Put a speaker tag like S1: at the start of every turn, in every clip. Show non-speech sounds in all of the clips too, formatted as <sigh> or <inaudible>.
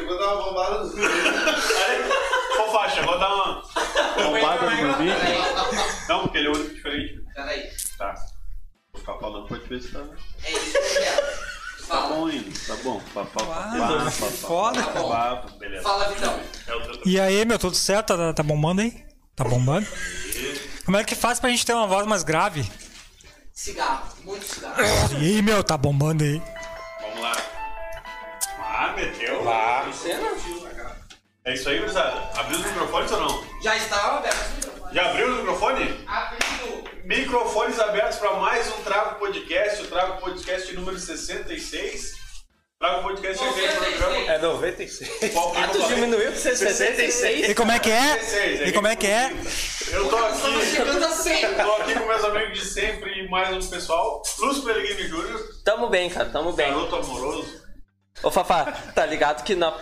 S1: uma bombada do
S2: Aí, ô faixa, vou dar uma.
S3: Roubada do Gambit?
S1: Peraí,
S2: Não, porque ele é único diferente.
S1: peraí.
S2: Tá. Vou ficar falando pra te ver se tá.
S1: É isso que eu quero.
S2: Tá
S1: Fala.
S2: bom ainda, tá bom. Pá, pá, pá,
S4: Claro,
S2: pá, pá,
S4: que
S2: pá,
S4: foda,
S2: pá,
S1: cara.
S2: pá, pá, Beleza.
S1: Fala, Vitão.
S2: É o teu
S4: E aí, meu, tudo certo? Tá, tá bombando aí? Tá bombando? Como é que faz pra gente ter uma voz mais grave?
S1: Cigarro, muito cigarro.
S4: E aí, meu, tá bombando aí?
S2: Vamos lá. Ah, meteu.
S1: Você não
S3: né,
S1: viu, cara.
S2: É isso aí, gurizada. Abriu os microfones ou não?
S1: Já está aberto.
S2: Já abriu os microfones?
S1: Abriu.
S2: Microfones abertos para mais um Trago Podcast, o Trago Podcast número 66. Trago Podcast é aquele programa.
S5: É 96.
S2: Qual que eu
S5: Ah, tu
S2: falei?
S5: diminuiu pra ser 66?
S4: E como é que é?
S2: 66,
S4: E como é que é?
S2: Eu tô
S1: Estamos
S2: aqui.
S1: chegando a 100.
S2: Tô aqui com meus amigos de sempre e mais um pessoal. Lúcio Pellegrini Júnior,
S5: Tamo bem, cara, tamo bem.
S2: garoto amoroso.
S5: Ô, Fafá, tá ligado que na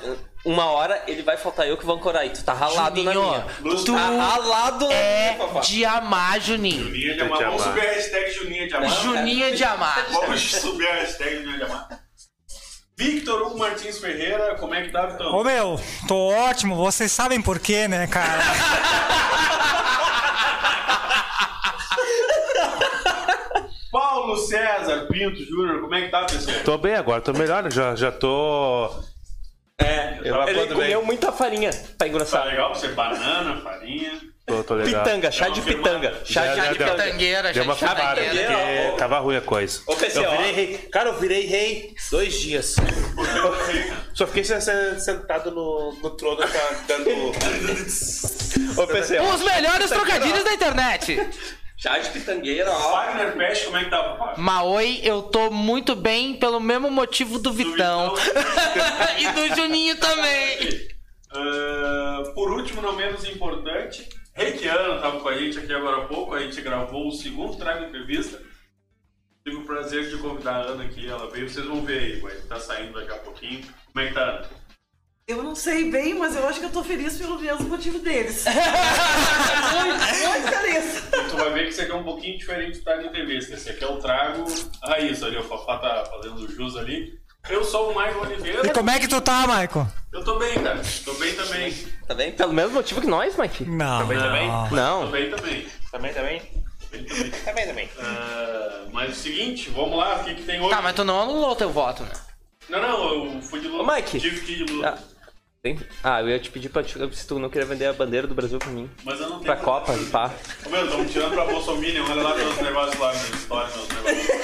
S5: uma hora ele vai faltar eu que vou ancorar aí. Tu tá ralado
S3: Juninho,
S5: na minha.
S2: Lúcio
S5: Tu tá ralado na
S3: É
S5: minha, Fafá.
S3: de amar, Juninho.
S2: Juninha de Amar. Vamos subir a hashtag Juninha de Amar.
S3: Juninho é de amar.
S2: Vamos subir a hashtag Juninha de Amar. Victor Hugo Martins Ferreira, como é que tá, Vitão?
S4: Ô, meu, tô ótimo. Vocês sabem por quê, né, cara?
S2: Paulo César Pinto Júnior, como é que tá, pessoal?
S6: Tô bem agora, tô melhor, já, já tô.
S5: É,
S6: Eu tava
S5: ele
S6: falando
S5: comeu
S6: bem.
S5: muita farinha pra
S2: Tá
S5: engrossar.
S2: legal pra você? Banana, farinha.
S6: Tô, tô Tá, legal.
S5: Pitanga, chá
S2: Não,
S5: de
S2: firmado.
S5: pitanga. Chá
S6: Já,
S5: de
S6: já, já.
S5: pitanga.
S3: Tangueira,
S6: Deu
S3: já
S6: uma fumada,
S3: tangueira.
S6: porque
S5: ó.
S6: tava ruim a coisa.
S5: Ô, PCO.
S6: eu virei rei. Cara, eu virei rei dois dias.
S2: Porque eu sei.
S6: Só fiquei se- se- sentado no, no trono tá, dando.
S5: Ô, PCO.
S3: Os melhores trocadilhos da internet.
S5: Chá de pitangueira, ó.
S2: Wagner Pest, como é que tá, papai?
S3: Maoi, eu tô muito bem pelo mesmo motivo do Vitão. <laughs> e do Juninho também.
S2: <laughs> Ah, por último, não menos importante, Reikiano estava com a gente aqui agora há pouco, a gente gravou o segundo Trago Entrevista. Tive o prazer de convidar a Ana aqui, ela veio, vocês vão ver aí, vai tá saindo daqui a pouquinho. Como é que tá, Ana?
S7: Eu não sei bem, mas eu acho que eu tô feliz pelo mesmo
S4: <laughs>
S7: motivo deles. muito, muito feliz.
S2: E tu vai ver que isso aqui é um pouquinho diferente do Trago Entrevista, esse aqui é o Trago Raiz, ali o Fafá tá fazendo jus ali. Eu sou o Michael
S4: E
S2: Oliveira,
S4: como é que tu tá, Michael?
S2: eu tô bem, cara, tô bem também,
S5: Tá bem? Pelo mesmo motivo que nós, Mike.
S4: Não.
S6: também?
S2: tô
S5: Não.
S2: Tá bem também.
S6: Também,
S5: tá
S6: também?
S2: Bem também.
S6: Também, também.
S2: Ah, mas o seguinte, vamos lá, o que, que tem hoje?
S3: Tá, mas tu não anulou teu voto, né?
S2: Não, não, eu fui de
S5: Ô,
S2: Lula.
S5: Mike.
S2: Tive que ir de Lula.
S5: Ah, tem- ah, eu ia te pedir pra te, se tu não queria vender a bandeira do Brasil pra mim.
S2: Mas eu não tenho.
S5: Pra Copa, pá.
S2: Ô, Meu, estamos tirando pra Bolsonaro, olha lá meus negócios lá, minha história, meus
S5: <laughs>
S2: negócios.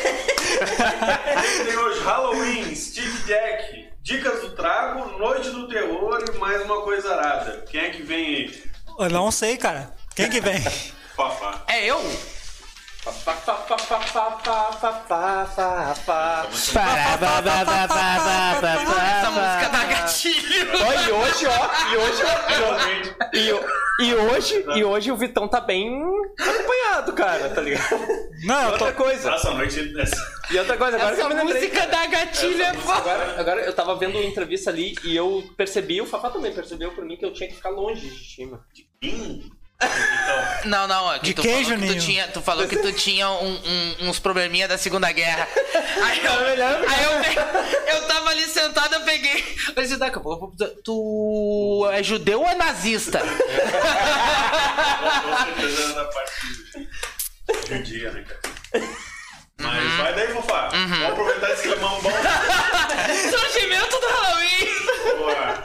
S2: Tem hoje Halloween, Steve Jack, Dicas do Trago, Noite do Terror e mais uma coisa arada. Quem é que vem aí?
S4: Eu não sei, cara. Quem que vem?
S2: Fafá.
S3: É eu? Essa música dá gatilho.
S5: Ó, e hoje, ó, e hoje,
S2: Realmente,
S5: e, ho- e hoje, e hoje o Vitão tá bem acompanhado, cara, tá ligado? E
S4: Não, eu tô...
S5: outra coisa,
S2: essa noite. é Essa...
S5: e outra coisa, agora que
S3: Essa
S5: eu me lembrei.
S3: música dá gatilho é foda.
S5: Agora, agora eu tava vendo uma entrevista ali e eu percebi, o Fafá também percebeu por mim que eu tinha que ficar longe de cima.
S2: Hum. Então,
S3: Não, não, ó, que
S4: De
S3: tu
S4: que,
S3: falou que
S4: Juninho?
S3: tu tinha, tu falou que tu tinha um- um- uns probleminha da
S5: <laughs>
S3: Segunda Guerra. Aí
S5: é
S3: eu, aí eu, eu tava ali sentado, eu peguei. Eu disse, daqui a pouco, eu vou- tu é judeu ou é nazista?
S2: com certeza era da parte de um dia, né, cara? Mas
S5: Uhum.
S2: vai daí, Fafá. Vamos aproveitar esse limão bom.
S1: É.
S3: Surgimento do Halloween!
S2: Boa.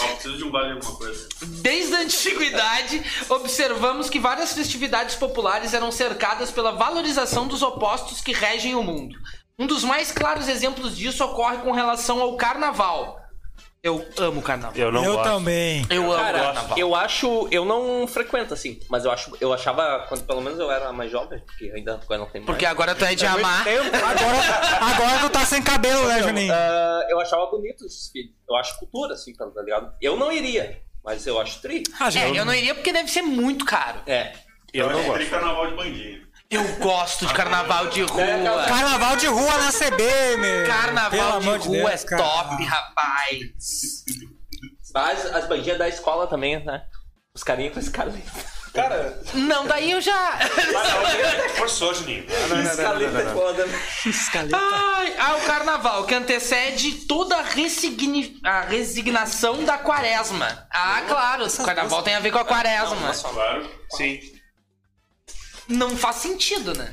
S2: Ó, preciso de um vale alguma coisa.
S3: Desde a antiguidade, observamos que várias festividades populares eram cercadas pela valorização dos opostos que regem o mundo. Um dos mais claros exemplos disso ocorre com relação ao carnaval. Eu amo carnaval.
S6: Eu não
S4: eu
S6: gosto.
S4: também.
S3: Eu amo
S5: Cara,
S3: carnaval.
S5: eu acho, eu não frequento assim, mas eu acho, eu achava quando pelo menos eu era mais jovem, porque ainda agora não tem mais.
S3: Porque agora tu é de amar.
S4: Agora, agora tu tá sem cabelo, né, Juninho?
S5: Ah, eu achava bonito os desfiles. Eu acho cultura, assim, tá tá ligado? Eu não iria, mas eu acho tri.
S4: Ah,
S3: É,
S4: gente,
S3: eu não iria porque deve ser muito caro.
S5: É.
S6: Eu não
S2: acho que
S6: gosto.
S2: tem carnaval de bandinha.
S3: Eu gosto de carnaval de rua.
S4: Carnaval de rua na CB, meu. Pelo
S3: Carnaval de
S4: amor
S3: rua
S4: Deus,
S3: é
S4: cara.
S3: top, rapaz.
S5: Mas as bandinhas da escola também, né? Os carinhas com esse cara. <laughs>
S6: Cara,
S3: Não, daí eu já.
S6: forçou, Juninho.
S5: Escaleta é foda, né?
S3: Ai, ah, o carnaval, que antecede toda a, ressigni- a resignação da quaresma. Ah, claro, Ah, o carnaval tem a ver com a quaresma.
S2: Claro.
S6: Sim.
S3: Não faz sentido, né?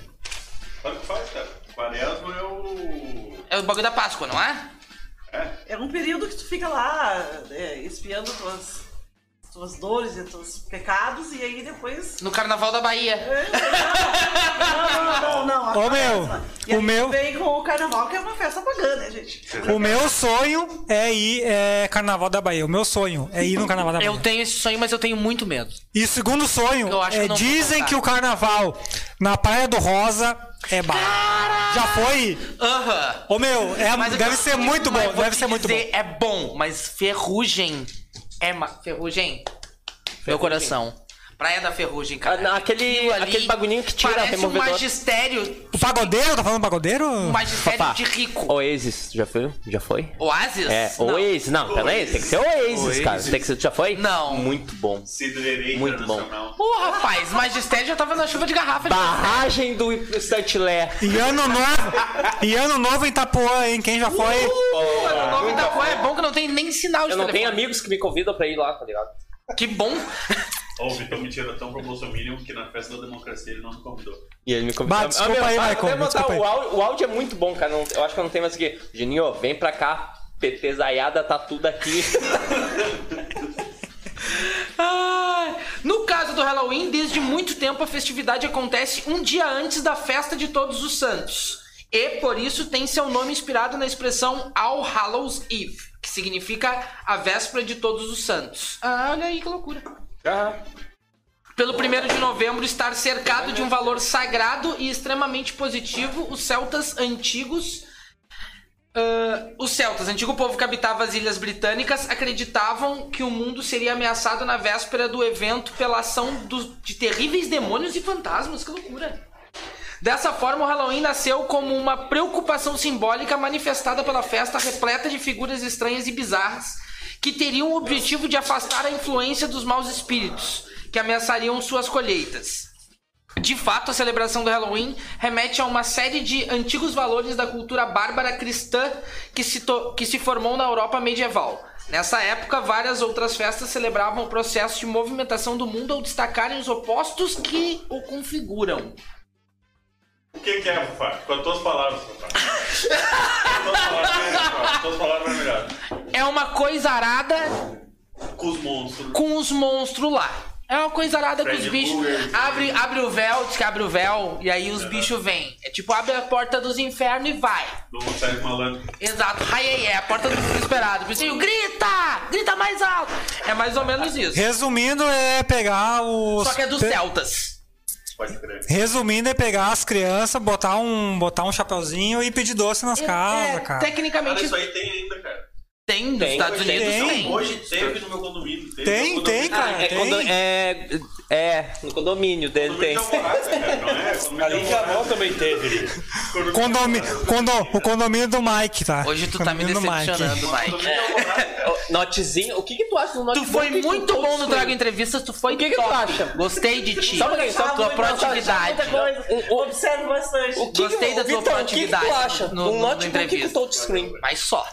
S2: Claro que faz, cara. Quaresma é o.
S3: É o bagulho da Páscoa, não é?
S7: É um período que tu fica lá é, espiando tuas, tuas dores e teus pecados, e aí depois. é,
S3: No carnaval da Bahia.
S7: Não, não, não, não. a
S4: Ô,
S7: quaresma.
S4: meu,
S7: E aí
S4: o meu-
S7: Vem com o carnaval, que é uma festa pagã, né, gente?
S4: O meu sonho é ir é, Carnaval da Bahia. O meu sonho é ir no Carnaval da Bahia.
S3: Eu tenho esse sonho, mas eu tenho muito medo.
S4: E o segundo sonho,
S3: Eu acho que
S4: é,
S3: não vou
S4: dizem
S3: contar.
S4: que o Carnaval na Praia do Rosa é bar. Já foi?
S3: Aham.
S4: Ô meu, é-
S3: Mas eu
S4: deve
S3: vou-
S4: ser muito
S3: mas
S4: bom,
S3: vou
S4: deve
S3: te
S4: ser muito
S3: dizer,
S4: bom.
S3: É bom, mas ferrugem é ma... ferrugem. Meu coração. Praia da Ferrugem,
S5: Ah,
S3: cara.
S5: não, Aquele,
S3: Aquilo ali
S5: aquele bagulhinho que tira
S3: Parece um
S5: removedor.
S3: magistério,
S4: O pagodeiro, tá falando pagodeiro?
S3: um magistério
S5: Papá.
S3: de rico.
S5: Oasis, já foi? Já foi?
S3: Oasis?
S5: É,
S3: Não.
S5: Oasis. Não, pera aí, tem que ser Oasis, cara. Tem que ser, já foi?
S3: Não.
S5: Muito bom.
S2: Cidreira
S5: Muito bom.
S2: Internacional.
S3: Ô, rapaz, magistério já tava na chuva de garrafa. de-
S5: Barragem do Santilé.
S4: E ano novo, e ano novo em Itapuã, hein? Quem já foi?
S3: O nome da rua é bom que não tem nem sinal de
S5: Eu não tenho
S3: telefone.
S5: amigos que me convidam pra ir lá, tá ligado?
S3: Que bom.
S2: Ó, o Vitão me tira tão pro Bolsonaro que na festa da democracia ele não me convidou.
S5: E ele me convidou.
S4: Bah, desculpa aí,
S5: ah,
S4: Michael,
S5: até botar
S4: desculpa aí.
S5: O, áudio, o áudio é muito bom, cara. não- eu acho que eu não tenho mais o que. Juninho, vem pra cá. PT Zaiada tá tudo aqui.
S3: Ai, No caso do Halloween, desde muito tempo a festividade acontece um dia antes da festa de Todos os Santos. E por isso tem seu nome inspirado na expressão All Hallows Eve, que significa a véspera de Todos os Santos. Ah, olha aí que loucura. Pelo 1 de novembro estar cercado de um valor sagrado e extremamente positivo, os celtas antigos ah, os celtas, antigo povo que habitava as ilhas britânicas, acreditavam que o mundo seria ameaçado na véspera do evento pela ação dos- de terríveis demônios e fantasmas. Que loucura! Dessa forma, o Halloween nasceu como uma preocupação simbólica manifestada pela festa repleta de figuras estranhas e bizarras que teriam o objetivo de afastar a influência dos maus espíritos que ameaçariam suas colheitas. De fato, a celebração do Halloween remete a uma série de antigos valores da cultura bárbara cristã que se, to- que se formou na Europa medieval. Nessa época, várias outras festas celebravam o processo de movimentação do mundo ao destacarem os opostos que o configuram.
S2: O que, que é, Fafá? Com as tuas palavras, Fafá. Com as tuas palavras, Fafá. Com as tuas palavras é melhor.
S3: É uma coisa arada
S2: Com os monstros.
S3: com os monstros lá. É uma coisa arada com
S2: Fred
S3: os bichos.
S2: Krueger.
S3: Abre, abre o véu, diz que abre o véu, e aí os bichos vêm. É tipo, abre a porta dos infernos e vai.
S2: Do Sérgio Malandro.
S3: Exato, ai ai ai, a porta do desesperado. Por isso eu, grita! Grita mais alto! É mais ou menos isso.
S4: Resumindo, é pegar os.
S3: Só que é dos
S4: pe-
S3: celtas.
S2: Pode crer.
S4: Resumindo, é pegar as crianças, botar um, botar um chapeuzinho e pedir doce nas
S3: É,
S4: casas, cara.
S2: Cara,
S3: Tecnicamente
S2: isso aí tem ainda, cara.
S3: tem nos
S5: Tem, é
S3: Estados
S5: tem.
S3: Unidos,
S4: Tem.
S3: tem.
S2: Hoje teve no meu condomínio. Teve
S4: Tem,
S2: no
S4: tem,
S2: condomínio.
S4: cara,
S5: é,
S4: tem.
S5: condo- é, é, no condomínio dele tem.
S2: Condomínio de Alvorada, cara, não é? Condomínio de
S6: Ali que a
S2: Alvorada.
S6: avó também teve.
S4: Condomi condo- o condomínio do Mike, tá?
S3: Hoje tu tá me
S4: Condomínio do Mike.
S3: decepcionando, Mike.
S2: um Condomínio de Alvorada, cara.
S5: Ô, Notezinho, o que que tu acha do
S3: Tu
S5: Notezinho?
S3: foi
S5: O que que
S3: muito
S5: tu-
S3: bom no Trago Entrevistas, tu foi
S5: O que que tu
S3: top.
S5: acha?
S3: Gostei de ti.
S5: Só um pouquinho, só
S3: tua
S5: um pouquinho, só-
S3: proatividade.
S5: Um- um-
S7: Observo bastante.
S5: O que
S3: Gostei
S5: que,
S3: da tua
S5: Vitão, O que, que
S3: proatividade
S5: tu acha?
S3: no- no-
S5: um
S3: no
S5: notebook
S3: entrevista.
S5: com touchscreen.
S3: Mas só.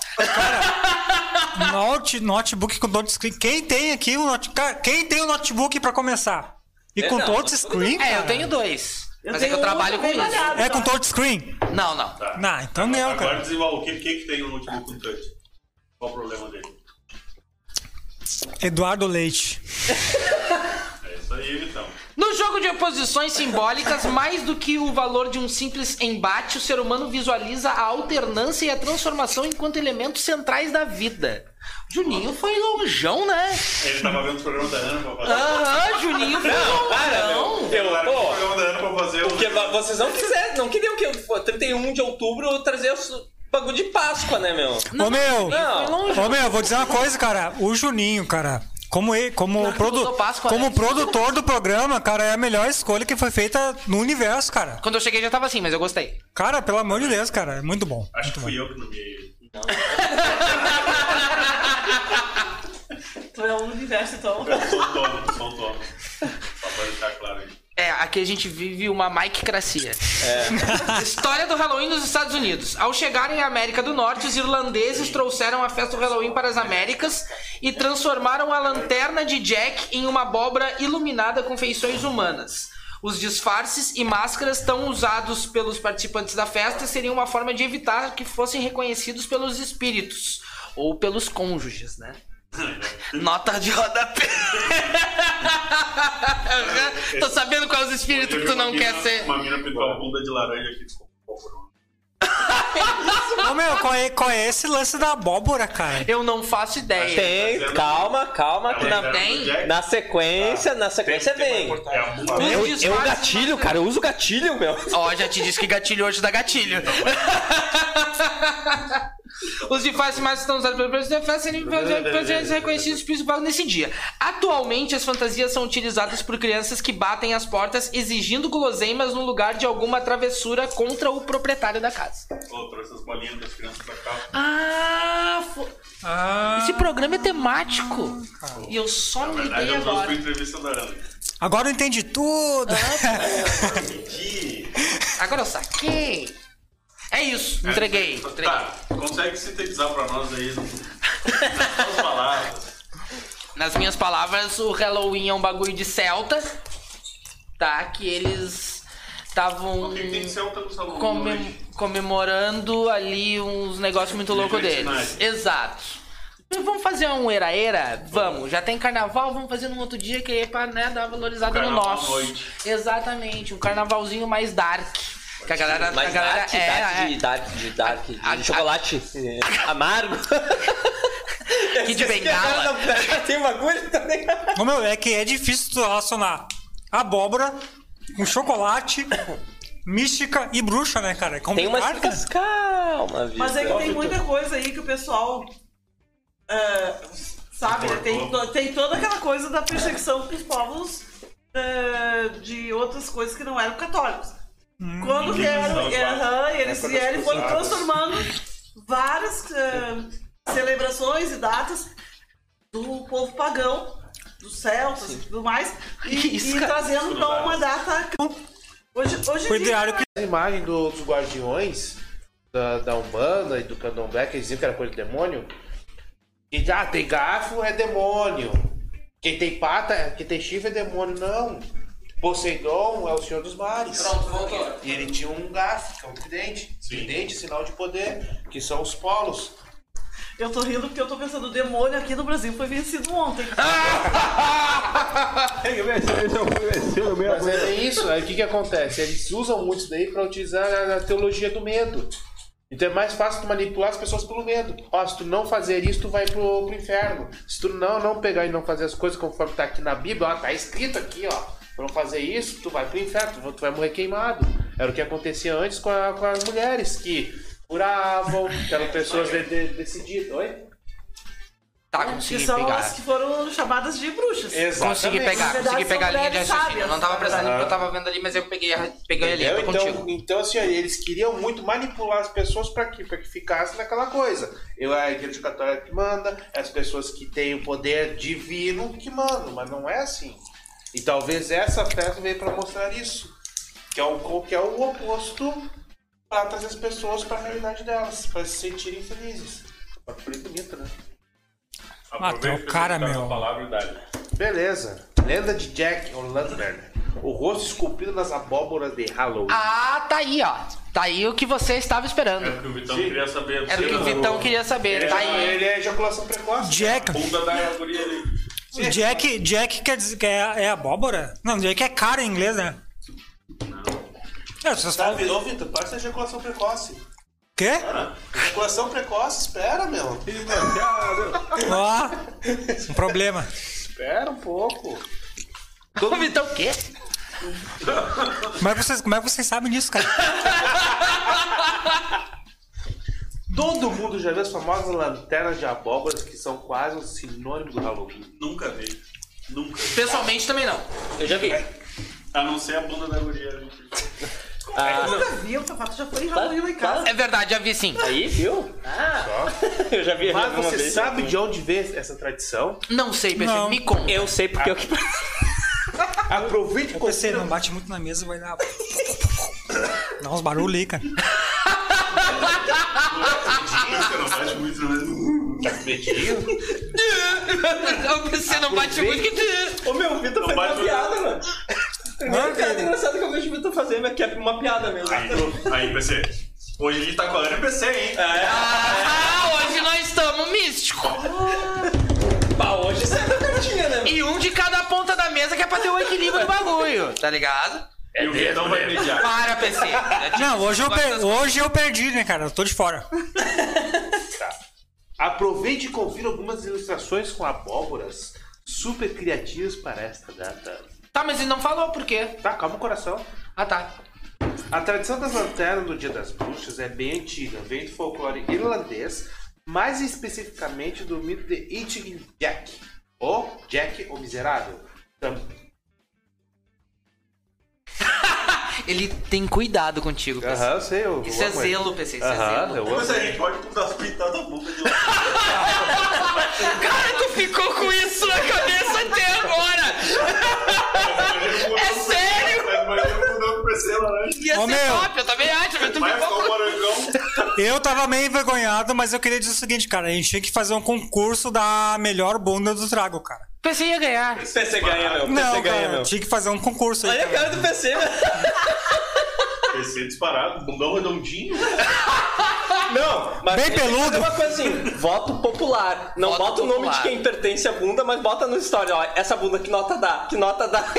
S4: Note, notebook com touchscreen. Quem tem aqui um note, cara, quem tem um notebook pra começar? E com
S5: não,
S4: touchscreen?
S3: É, eu
S4: cara?
S3: tenho dois.
S7: Eu
S3: Mas é
S7: tenho
S3: que eu
S7: um
S3: trabalho com
S7: bem
S3: isso.
S7: malhado,
S4: É
S7: tá?
S4: com touchscreen?
S3: Não, não.
S4: Não, então não,
S2: Agora
S4: cara.
S2: desenvolve. O que, que, que tem no notebook com touch? Qual o problema dele?
S4: Eduardo Leite.
S2: É isso aí, Vitão.
S3: No jogo de oposições simbólicas, mais do que o valor de um simples embate, o ser humano visualiza a alternância e a transformação enquanto elementos centrais da vida. Juninho foi longeão, né?
S2: Ele tava vendo o programa da Ana pra fazer.
S3: Aham, Juninho foi longeão.
S5: Eu,
S2: Claro, o
S5: pô,
S2: programa da Ana pra fazer. o-
S5: porque va- vocês não quiseram, não queriam que eu, pô, 31 de outubro eu trazer os bagulho de Páscoa, né, meu?
S4: Ô meu,
S5: Não.
S4: ô meu, vou dizer uma coisa, cara. O Juninho, cara, como ele, como, produ
S3: usou Páscoa,
S4: como
S3: né?
S4: produtor do programa, cara, é a melhor escolha que foi feita no universo, cara.
S3: Quando eu cheguei já tava assim, mas eu gostei.
S4: Cara, pelo amor de Deus, cara, é muito bom.
S2: Acho que
S4: muito bom.
S2: fui eu que nomeei ele.
S7: Tu é um universo, então.
S2: um Eu sou o dono, sou o dono. Só pra deixar
S3: É, aqui a gente vive uma maicracia. História do Halloween nos Estados Unidos. Ao chegarem à América do Norte, os irlandeses trouxeram a festa do Halloween para as Américas e transformaram a lanterna de Jack em uma abóbora iluminada com feições humanas. Os disfarces e máscaras tão usados pelos participantes da festa seriam uma forma de evitar que fossem reconhecidos pelos espíritos ou pelos cônjuges, né? Nota de rodapé. <laughs> Tô sabendo qual é os espíritos que tu não quer ser.
S2: Uma mina pintou a bunda de laranja aqui. ficou um
S4: Ô meu, qual é, qual é esse lance da abóbora, cara?
S3: Eu não faço ideia.
S5: Tem, calma, calma, que na,
S3: tem?
S5: na sequência, na sequência vem.
S2: É a bunda.
S3: Os
S5: Eu, eu
S3: disfarces
S5: gatilho,
S3: mais-
S5: cara, eu uso gatilho, meu.
S3: Ó, já te disse que gatilho hoje dá gatilho. Os disfarces mais estão usados pelo presidente da festa seriam
S2: É,
S3: presentes reconhecidos principais nesse dia. Atualmente, as fantasias são utilizadas por crianças que batem as portas exigindo guloseimas no lugar de alguma travessura contra o proprietário da casa.
S2: Pô, trouxe as bolinhas das crianças pra cá.
S3: Ah, fo-
S4: Ah,
S3: esse programa é temático. E eu
S2: Na
S3: só me
S2: verdade,
S3: liguei
S2: eu trouxe pra
S3: agora.
S2: entrevista da Ana.
S4: agora eu entendi tudo.
S2: Entendi.
S3: Agora eu saquei. É isso, entreguei. entreguei.
S2: Tá, consegue sintetizar pra nós aí
S3: <laughs>
S2: no- nas suas palavras.
S3: Nas minhas palavras, o Halloween é um bagulho de celta, tá? Que eles estavam
S2: O que que tem que ser o teu salão
S3: comem-
S2: hoje?
S3: comemorando ali uns negócios muito loucos deles.
S2: Libertinagem.
S3: Exato. Vamos fazer um era-era? Vamos. Já tem carnaval, vamos fazer num outro dia que é pra né, dar uma valorizada no
S2: Carnaval à
S3: nosso.
S2: noite.
S3: Exatamente, um carnavalzinho mais dark. Que a galera, a
S5: Mas
S3: galera
S5: dark,
S3: é,
S5: dark,
S3: é,
S5: de, dark, de dark, de
S3: a- a-
S5: chocolate eh,
S3: <laughs>
S5: amargo.
S3: Que de bengala.
S5: Tem bagulho também.
S4: Ô meu, é que é difícil tu relacionar abóbora com chocolate, mística e bruxa, né, cara? É
S5: Tem
S4: complicado.
S5: umas ficas calma, viu?
S7: Mas é que tem
S5: muito
S7: muita coisa aí que o pessoal. ah, sabe, né? tem, to- tem toda aquela coisa da perseguição com os povos ah, de outras coisas que não eram católicos.
S3: Hum,
S7: Quando vieram, eh,
S2: Inquisição,
S7: aham, e eles
S6: Época das
S7: vieram e foram
S6: Cruzadas.
S7: transformando várias ah, celebrações e datas do povo pagão, dos celtas e
S3: <laughs>
S7: tudo mais, e,
S3: isso,
S7: e
S3: cara?
S7: trazendo então uma data. Hoje, hoje em
S4: né? Foi
S7: dia-
S4: ideário que
S6: A imagem do- dos guardiões da, da Umbanda e do Candomblé, que eles diziam que era coisa de demônio. E já tem garfo é demônio. Quem tem pata, é- quem tem chifre é demônio, não. Poseidon é o senhor dos mares.
S1: Pronto, voltou.
S6: E ele tinha um garfo, que é um tridente. Tridente, sinal de poder, que são os polos.
S7: Eu tô rindo porque eu tô pensando, o demônio aqui no Brasil foi vencido ontem.
S5: Ah,
S6: Ah! Mas é isso, aí o que que acontece? Eles usam muito isso daí pra utilizar a, a teologia do medo. Então é mais fácil tu manipular as pessoas pelo medo. Ó, se tu não fazer isso, tu vai pro, pro inferno. Se tu não, não pegar e não fazer as coisas conforme tá aqui na Bíblia, ó, tá escrito aqui, ó. Pra não fazer isso, tu vai pro inferno, tu, vai- tu vai morrer queimado. Era o que acontecia antes com, a- com as mulheres que curavam, que eram pessoas de, de- decididas. Oi?
S3: Tá,
S7: Que
S3: consegui
S7: são
S3: pegar.
S7: as que foram chamadas de bruxas.
S2: é
S3: Consegui pegar,
S7: Na
S3: consegui
S7: verdade,
S3: pegar a
S7: são
S3: linha de
S7: mulheres
S3: raciocínio. Eu não tava
S7: sábias,
S3: prestando
S7: na
S3: porque eu tava vendo ali, mas eu peguei, a- peguei a linha, tô
S6: Entendeu?
S3: contigo.
S6: Então, então, assim, ó, eles queriam muito manipular as pessoas para que, pra que ficasse naquela coisa. Eu, é a igreja católica que manda, é as pessoas que têm o poder divino que mandam, mas não é assim. E talvez essa festa veio para mostrar isso. Que é o, co- que é o oposto para trazer as pessoas para a realidade delas, para se sentirem felizes. Uma coisa bonita, né?
S2: Aproveita
S4: Matou o
S2: pra
S4: cara,
S2: sintetizar
S4: meu.
S2: essa Palavra e dá-lhe.
S6: Beleza. Lenda de Jack ou Lantern. O rosto esculpido nas abóboras de Halloween.
S3: Ah, tá aí, ó. Tá aí o que você estava
S2: É
S3: esperando.
S2: o que o Vitão
S6: Sim.
S2: queria saber.
S3: Era o que o Vitão queria
S6: ele,
S3: saber.
S6: é,
S3: Tá
S6: eja-
S3: aí.
S6: ele é ejaculação precoce.
S4: Jack,
S2: Bunda da guria ali.
S4: Jack, Jack quer dizer que é, é abóbora? Não, Jack é cara em inglês, né? É, vocês
S6: Tá,
S4: falam...
S6: virou, Vitor? Para de ser ejaculação precoce.
S4: Quê?
S6: Ejaculação precoce, espera, meu.
S4: Ó, um problema.
S6: Espera um pouco.
S3: O
S5: tá
S3: Vitão o quê?
S4: Como é que vocês, como é que vocês sabem disso, cara?
S6: Todo mundo já viu as famosas lanternas de abóboras que são quase um sinônimo do Halloween.
S2: Nunca vi. Nunca.
S3: Pessoalmente também não.
S5: Eu já vi.
S2: A não ser a bunda da guria ali.
S5: Ah,
S7: Eu nunca vi, o Fafato já
S5: Tá
S7: foi em Halloween lá em casa.
S3: É verdade, já vi sim.
S5: Aí, viu? Ah, eu já vi
S6: Mas
S5: uma
S6: você
S5: vez.
S6: sabe de onde vem essa tradição?
S3: Não sei, Pedro. <laughs>
S4: Não.
S3: Me conta.
S5: Eu sei porque eu que.
S6: Aproveite
S4: Eu pensei, não bate muito na mesa, vai dar. Dá uns barulhos aí, cara.
S2: Você não bate muito, não
S6: Tá com medinho?
S3: O PC
S2: Ah,
S3: não bate
S2: é.
S3: muito que.
S5: Ah. Ô meu, o Vitor fez
S2: bate
S5: uma
S2: no-
S5: piada, mano. Primeira
S4: Não,
S5: piada
S4: cara.
S5: engraçada que eu vejo o Vitor fazer, mas que é uma piada mesmo.
S2: Aí, aí, PC. Hoje a gente tá com a Ana e PC, hein?
S3: Ah, hoje nós estamos místico.
S5: Pá, hoje você é cartinha, né?
S3: E um de cada ponta da mesa que é pra ter o equilíbrio do bagulho, <laughs> tá ligado?
S2: e o Guedão vai mediar.
S3: Para, PC. É tipo-
S4: Não, hoje eu,
S3: Gosta
S4: per-
S3: das-
S4: hoje eu perdi, né, cara? Eu tô de fora.
S6: Aproveite e confira algumas ilustrações com abóboras super criativas para esta data.
S3: Tá, mas ele não falou por quê.
S6: Tá, calma o coração.
S3: Ah, tá.
S6: A tradição das lanternas no Dia das Bruxas é bem antiga, vem do folclore irlandês, mais especificamente do mito de Itig Jack, ou Jack o Miserável. Tam-
S3: Ele tem cuidado contigo, PC.
S6: Aham, eu sei. Eu
S3: Isso é zelo, PC. Isso é
S6: Aham,
S3: zelo.
S6: eu amo.
S2: Mas a gente pode pintar pintada a boca de lá.
S3: Cara, tu ficou com isso na cabeça até agora! É sério?
S2: Mas eu mudou pro PC laranja.
S3: Ia
S4: Ô,
S3: ser
S4: meu.
S3: top, eu também acho, mas tu
S2: Vai ficar
S3: ficou
S2: o
S3: com...
S2: Morangão.
S4: Eu tava meio envergonhado, mas eu queria dizer o seguinte, cara. A gente tinha que fazer um concurso da melhor bunda do trago, cara.
S3: PC ia ganhar.
S5: PC ganha, meu.
S4: Não,
S5: PC ganha,
S4: cara,
S5: meu.
S4: tinha que fazer um concurso aí.
S5: Olha é a
S4: cara.
S5: cara do né? PC, velho.
S2: PC disparado, bundão redondinho.
S5: Não, mas
S4: Bem
S5: tem que fazer
S4: peludo.
S5: Uma coisa assim, voto popular. Não
S3: Voto
S5: bota o nome
S3: popular.
S5: de quem pertence à bunda, mas bota no story, ó. Essa bunda que nota dá, que nota dá.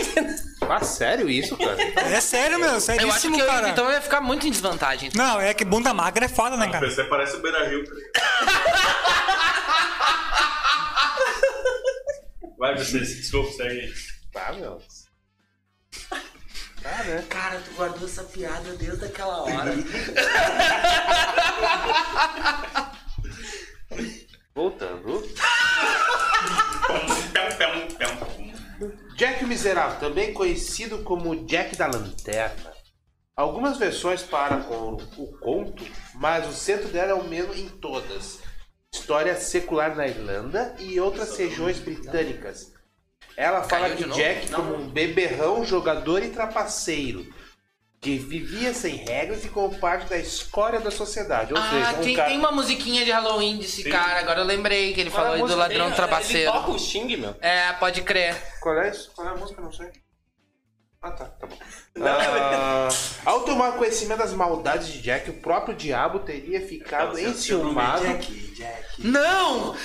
S6: Ah, sério isso, cara?
S4: É sério, meu,
S3: Eu acho
S4: seríssimo,
S3: que eu,
S4: cara.
S3: então eu ia ficar muito em desvantagem.
S4: Não, é que bunda magra é foda, né,
S2: O
S4: cara?
S2: PC parece o Beira Rio. tá Vai, PC, se desculpa, segue aí.
S6: tá, meu.
S1: Cara, tu guardou essa piada desde aquela hora.
S6: Voltando.
S2: Pum, pum, pum, pum.
S6: Jack o Miserável, também conhecido como Jack da Lanterna. Algumas versões para com o conto, mas o centro dela é o mesmo em todas. História secular na Irlanda e outras regiões britânicas. Ela fala
S3: Caiu de
S6: de
S3: novo?
S6: Jack como um beberrão, jogador e trapaceiro, que vivia sem regras e como parte da escória da sociedade. Ou
S3: Ah,
S6: seja, um
S3: tem,
S6: cara...
S3: tem uma musiquinha de Halloween desse cara, agora eu lembrei que ele
S6: Qual é
S3: falou
S6: a
S3: aí do
S6: música?
S3: ladrão
S5: Ele
S3: trapaceiro.
S5: toca o xing, meu.
S3: É, pode crer.
S6: Qual é isso? Qual é a música? Não sei. Ah, tá. Tá bom. Ah, ao tomar conhecimento das maldades de Jack, o próprio diabo teria
S2: Ela
S6: ficado
S2: se
S6: enciumado.
S3: Não!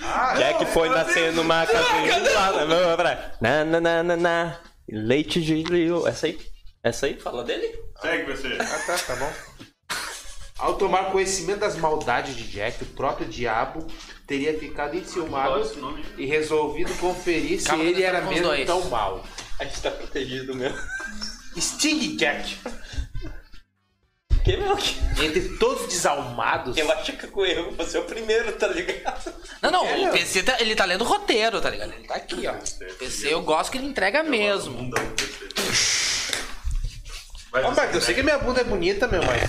S6: Ah,
S5: Jack foi nascer numa casinha isolada. Vamos lá, vai. Na, na, na, na, na. Leite de leão. Essa aí? Essa aí? Fala dele?
S2: Segue, PC.
S6: ah, tá. Tá bom. Ao tomar conhecimento das maldades de Jack, o próprio diabo teria ficado
S2: Qual é
S6: enciumado
S2: esse nome?
S6: e resolvido conferir se
S3: Calma,
S6: ele
S3: nós
S6: era
S3: estamos
S6: mesmo
S3: dois.
S6: tão mal.
S5: A gente tá protegido, meu.
S6: Sting Jack,
S5: Que, meu?
S6: entre todos os desalmados,
S5: Eu acho que com erro você é o primeiro, tá ligado?
S3: Não, não, o PC tá, ele tá lendo roteiro, tá ligado? Ele tá aqui, ó. O PC eu gosto que ele entrega mesmo.
S2: Bundão, PC. Vai,
S6: Ô, Marcos, eu sei que minha bunda é bonita, meu, mas.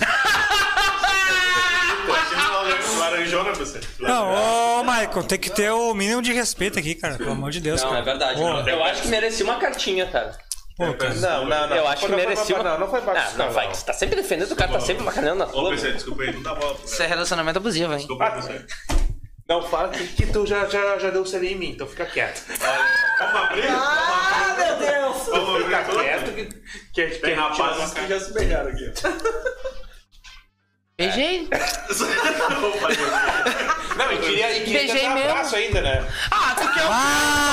S2: Imagina laranjona, você.
S4: Não, ô, Michael, tem que ter o mínimo de respeito aqui, cara. Pelo amor de Deus,
S5: Não,
S4: cara.
S5: é verdade.
S4: Pô,
S5: Eu acho que merecia uma cartinha, cara.
S4: pô, cara.
S6: Não, não, não.
S5: eu acho que
S6: Não foi
S5: merecia uma...
S6: bagunça, não, não foi bagunça,
S5: Ah, Não,
S6: não.
S5: vai. Você tá sempre defendendo o cara, tá sempre macanando na
S2: Ô,
S5: tua.
S2: PC, desculpa aí, não dá bola.
S3: Isso
S2: Desculpa,
S3: é relacionamento abusivo, hein?
S2: PC.
S6: Não fala que, que tu já, já, já deu um selinho em mim, então fica quieto.
S2: Vamos abrir?
S7: Ah, meu Deus!
S2: Vamos
S6: Fica quieto
S2: abrir.
S6: que, que, que
S2: Tem
S6: a gente
S2: rapazes
S6: vai-
S2: que já se beijaram aqui.
S3: É. Beijei.
S2: Vamos fazer
S6: Não, e queria, e queria
S3: Beijei
S6: dar um
S3: mesmo.
S6: abraço ainda, né?
S3: Ah, porque eu,
S4: Ah!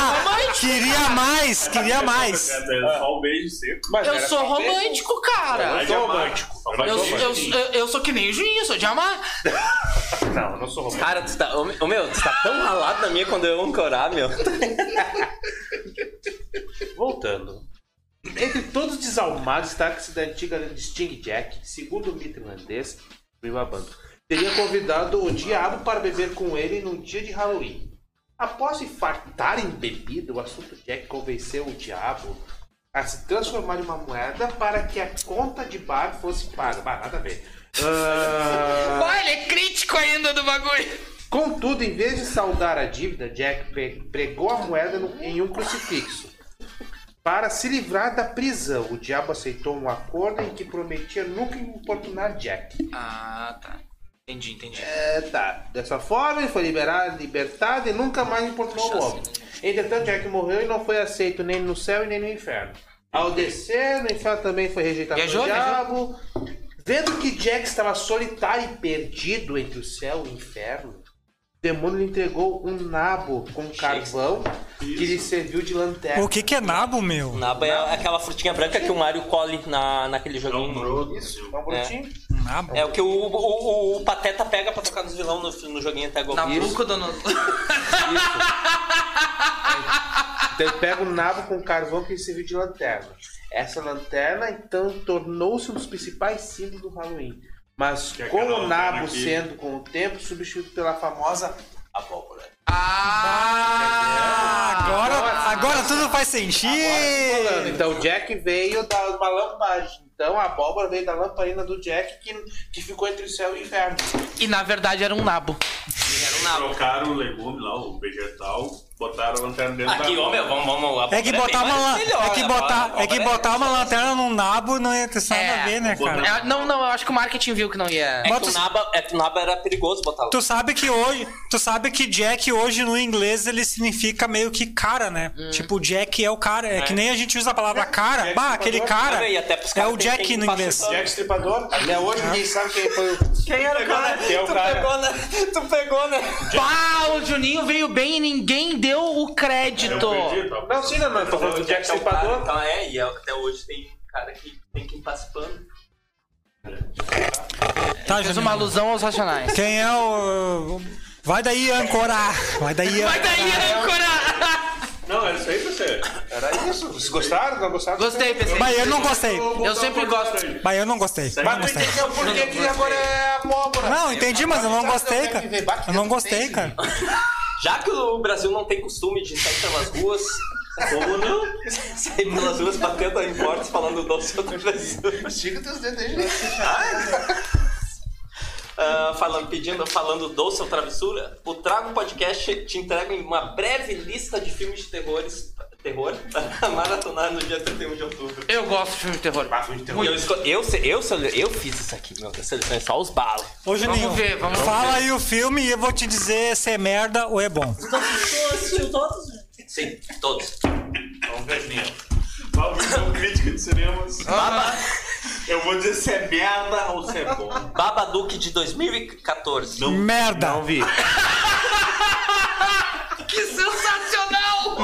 S4: Queria mais, queria mais.
S2: isso. Só um beijo seco.
S6: Mas
S5: Ah,
S3: eu
S6: era
S3: sou
S6: só um beijo.
S3: romântico, cara.
S6: Eu sou romântico.
S3: Eu, eu, eu, eu sou que nem o juiz, sou de amar.
S6: Não, eu não sou romântico.
S5: Cara, tu tá. Ô, meu, ô, meu, tu tá tão ralado na minha quando eu ancorar, meu.
S6: Voltando. Entre todos os desalmados destaca-se da antiga lenda de Sting Jack, segundo o mito irlandês, prima banda, teria convidado o diabo para beber com ele num dia de Halloween. Após se fartar em bebida, o assunto Jack convenceu o diabo a se transformar em uma moeda para que a conta de bar fosse paga. Bah, nada a ver. Ah,
S3: Olha, ele é crítico ainda do bagulho.
S6: Contudo, em vez de saldar a dívida, Jack pre- pregou a moeda no- em um crucifixo. Para se livrar da prisão, o diabo aceitou um acordo em que prometia nunca importunar Jack.
S3: Ah, tá. Entendi, entendi.
S6: É, tá. Dessa forma, ele foi liberado, libertado e nunca mais importunou o homem. Entretanto, Jack morreu e não foi aceito nem no céu e nem no inferno. Ao descer, no inferno também foi rejeitado
S3: Viajou,
S6: pelo diabo. Vendo que Jack estava solitário e perdido entre o céu e o inferno, o demônio lhe entregou um nabo com carvão que lhe serviu de lanterna.
S4: O que que é nabo, meu?
S5: Naba é aquela frutinha branca que o Mario colhe na, naquele
S2: Não,
S5: joguinho.
S2: broto.
S6: Isso, tá bonitinho?
S4: Nabo?
S5: É o que o, o, o- o Pateta pega pra tocar nos vilão no, no joguinho até gol.
S3: Nabucodonosor.
S6: Então ele pega o nabo com carvão que ele serviu de lanterna. Essa lanterna, então, tornou-se um dos principais símbolos do Halloween. Mas
S2: Que é
S6: com
S2: aquela
S6: o nabo
S2: lanterna que-
S6: sendo, com o tempo, substituído pela famosa abóbora.
S4: Ah, agora,
S6: Agora-
S4: agora tudo faz
S6: Falando,
S4: sentido.
S6: Então, o Jack veio da uma lamparina. Então, a abóbora veio da lamparina do Jack que, que ficou entre o céu e o inferno.
S3: E na verdade era um nabo.
S2: Trocaram o legume lá, o vegetal, botaram a lanterna dentro
S5: Aqui,
S2: da
S5: ó, meu, vamos, vamos lá.
S4: É que botar uma, lan- é
S5: né?
S4: que botar, é que botar uma lanterna num nabo não é tem nada
S3: É.
S4: a ver, né, cara?
S3: É, não, não, eu acho que o marketing viu que não ia.
S5: É que,
S4: Bota
S5: o
S4: os-
S5: Naba, é que o Naba era perigoso botar lá.
S4: Tu sabe que hoje, tu sabe que Jack hoje no inglês ele significa meio que cara, né? Tipo, Jack é o cara, é, que nem a gente usa a palavra cara. bah, aquele cara
S5: Ah, e até pros
S4: é
S5: caras
S4: o
S5: tem
S4: Jack
S5: quem
S4: no
S5: passa
S4: inglês.
S5: essa-
S6: Jack Stripador, até é hoje ninguém sabe quem foi o.
S7: Quem era o cara?
S6: Que é o
S5: Tu
S6: cara.
S5: pegou, né? Tu pegou, né?
S3: Pá, o Juninho veio bem e ninguém deu o crédito.
S2: Eu perdi, tá?
S6: Não, sim, não, não, eu tô falando do Jack
S5: é o cara,
S6: Stripador.
S5: Então é, e até hoje tem cara que tem quem participando.
S4: Tá,
S3: Fez
S4: Juninho?
S3: uma alusão aos racionais.
S4: Quem é o Vai daí, Ancora. Vai daí,
S3: Vai
S4: Ancora.
S3: né, daí, âncora!
S2: Não, era isso aí, você.
S6: Era isso. Vocês gostaram? Não gostaram?
S3: Gostei, pensei.
S4: Mas eu não gostei.
S3: Eu sempre gosto.
S4: Mas eu não gostei.
S2: Sério?
S4: Não gostei.
S6: Entendeu por que que agora é abóbora?
S4: Não, entendi, mas eu não gostei, cara. Eu não gostei, cara.
S5: Já que o Brasil não tem costume de sair pelas ruas. Como não? Sair pelas ruas batendo em portas falando doce do Brasil.
S6: Estica teus dedos aí, gente.
S5: é? Ah, falando, pedindo, falando doce ou travessura, o Trago Podcast te entrega uma breve lista de filmes de terrores, terror para maratonar no dia 31 de outubro.
S3: Eu gosto de filme de terror.
S5: Eu,
S2: um
S5: esco- eu, se- eu, se- eu fiz isso aqui, meu, eu selecionei só os balas.
S4: Ô, Juninho,
S3: Vamos ver, vamos
S4: fala
S3: ver.
S4: aí o filme e eu vou te dizer se é merda ou é bom.
S7: Tu assistiu todos? né?
S5: Sim, todos.
S2: Vamos ver, Nil. Vamos ver um crítico de cinemas. Eu vou dizer se é merda ou se é bom.
S5: Babadook de 2014.
S4: Merda.
S3: Que sensacional!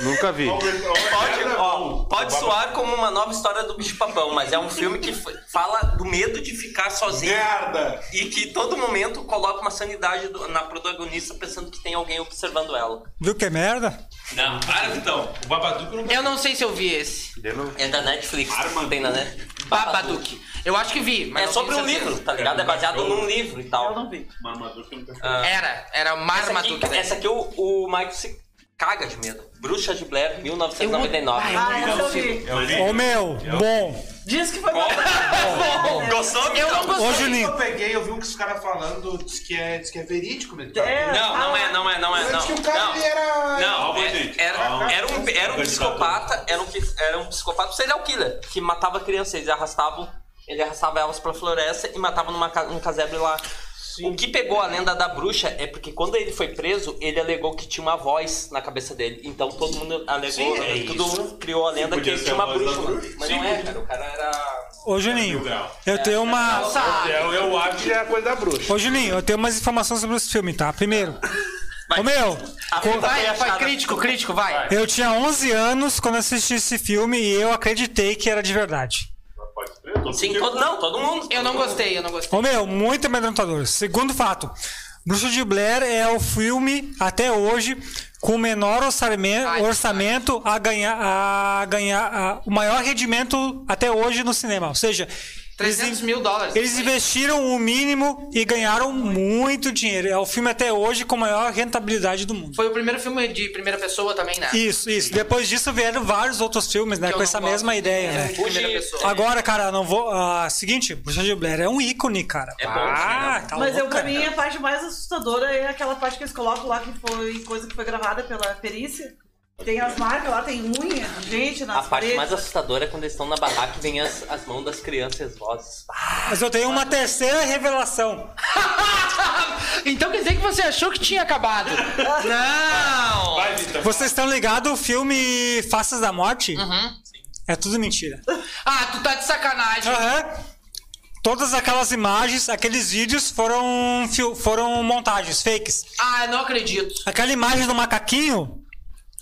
S8: Nunca vi.
S2: Vamos
S6: é
S2: ver, ó,
S5: Pode,
S2: merda,
S5: ó,
S2: é bom.
S5: pode soar como uma nova história do bicho papão, mas é um filme que f- fala do medo de ficar sozinho
S2: É. Merda!
S5: e que todo momento coloca uma sanidade do- na protagonista pensando que tem alguém observando ela.
S4: Viu que é merda?
S2: Não, para, Vitão. O Babadook não
S3: Eu não sei se eu vi esse.
S5: É da Netflix.
S2: Arma.
S5: Tem né? na Netflix.
S3: Babadook. Eu acho que vi, mas.
S5: É
S3: não
S5: sobre um
S3: tenho certeza.
S5: livro, tá ligado? É baseado num livro e
S7: Eu
S5: tal.
S7: não vi.
S2: Marmaduke não tá
S5: Ah,
S3: Era, era
S5: essa aqui, é
S3: Marmaduke. né?
S5: essa aqui o, o Mike se caga de medo. Bruxa de Blair,
S3: Eu-
S5: 1999.
S7: Ah, essa eu vi.
S2: Eu li.
S4: Ô, meu, bom.
S7: Diz que foi bom.
S5: Gostou?
S3: Eu não
S4: Ô,
S3: gostei.
S4: Juninho.
S6: Eu peguei, eu vi o que os caras falando, diz que é, diz que é verídico mesmo.
S7: É,
S5: Não, não é, não é, não é,
S6: Antes
S5: não.
S6: que o cara ele
S5: Não.
S6: era.
S5: Não,
S2: Calma,
S5: é-
S2: gente.
S5: era,
S2: Calma.
S5: era, um, era um psicopata, era um, pis- era um psicopata serial killer, que matava crianças, eles arrastavam, ele arrastava elas pra floresta e matava numa, ca- num casebre lá. O que pegou a lenda da bruxa é porque quando ele foi preso, ele alegou que tinha uma voz na cabeça dele. Então todo mundo alegou,
S6: Sim, é
S5: todo
S6: isso.
S5: mundo criou a lenda
S2: Podia
S5: que
S2: ser
S5: tinha
S2: a
S5: uma
S2: voz
S5: bruxa.
S2: da
S5: mano.
S2: bruxa.
S5: Mas
S2: Sim,
S5: não é,
S2: podia.
S5: cara, o cara era...
S4: Ô,
S2: Mil
S4: Juninho,
S2: grau.
S4: eu tenho uma.
S2: Eu, É eu acho que
S6: Era é a coisa da bruxa.
S4: Ô, Juninho, eu tenho umas informações sobre esse filme, tá? Primeiro. Ô, meu,
S5: A fita foi
S3: Vai, vai,
S5: achada.
S3: crítico, crítico, vai.
S4: eu tinha 11 anos quando assisti esse filme e eu acreditei que era de verdade.
S2: pode ser. eu tô
S5: Sim,
S2: sentindo-
S5: todo, não, todo mundo.
S3: Eu não gostei, eu não gostei.
S4: Ô meu, muito amedrontador. Segundo fato, Bruxa de Blair é o filme, até hoje, com o menor orçame-
S3: Ai,
S4: orçamento a ganhar, a ganhar a- o maior rendimento até hoje no cinema. Ou seja,
S3: 300 mil dólares.
S4: Eles investiram o mínimo e ganharam muito dinheiro. É o filme até hoje com maior rentabilidade do mundo.
S3: Foi o primeiro filme de primeira pessoa também, <laughs> né?
S4: Isso, isso. Depois disso vieram vários outros filmes, né?
S3: Que eu
S4: Com essa
S3: não gosto
S4: mesma
S3: de
S4: ideia,
S3: filme
S4: né?
S3: de primeira pessoa.
S4: Agora, cara, não vou. ah, seguinte, Bruxa de Blair é um ícone, cara.
S5: É bom,
S4: ah, tá
S7: Mas eu,
S4: louco,
S7: pra
S4: cara.
S7: mim, a parte mais assustadora é aquela parte que eles colocam lá, que foi coisa que foi gravada pela perícia. Tem as marcas lá, tem unha, de gente,
S5: A
S7: nas
S5: parte
S7: paredes.
S5: mais assustadora é quando eles estão na barraca e vem as, as mãos das crianças e as vozes. Ah,
S4: Mas eu tenho uma terceira revelação.
S3: <laughs> Então quer dizer que você achou que tinha acabado. Não!
S2: Vai, Vita.
S4: Vocês estão ligados o filme Faces da Morte? Uhum. É tudo mentira.
S3: Ah, tu tá de sacanagem.
S4: Aham. Todas aquelas imagens, aqueles vídeos foram, fil- foram montagens, fakes.
S3: Ah, não acredito.
S4: Aquela imagem do macaquinho,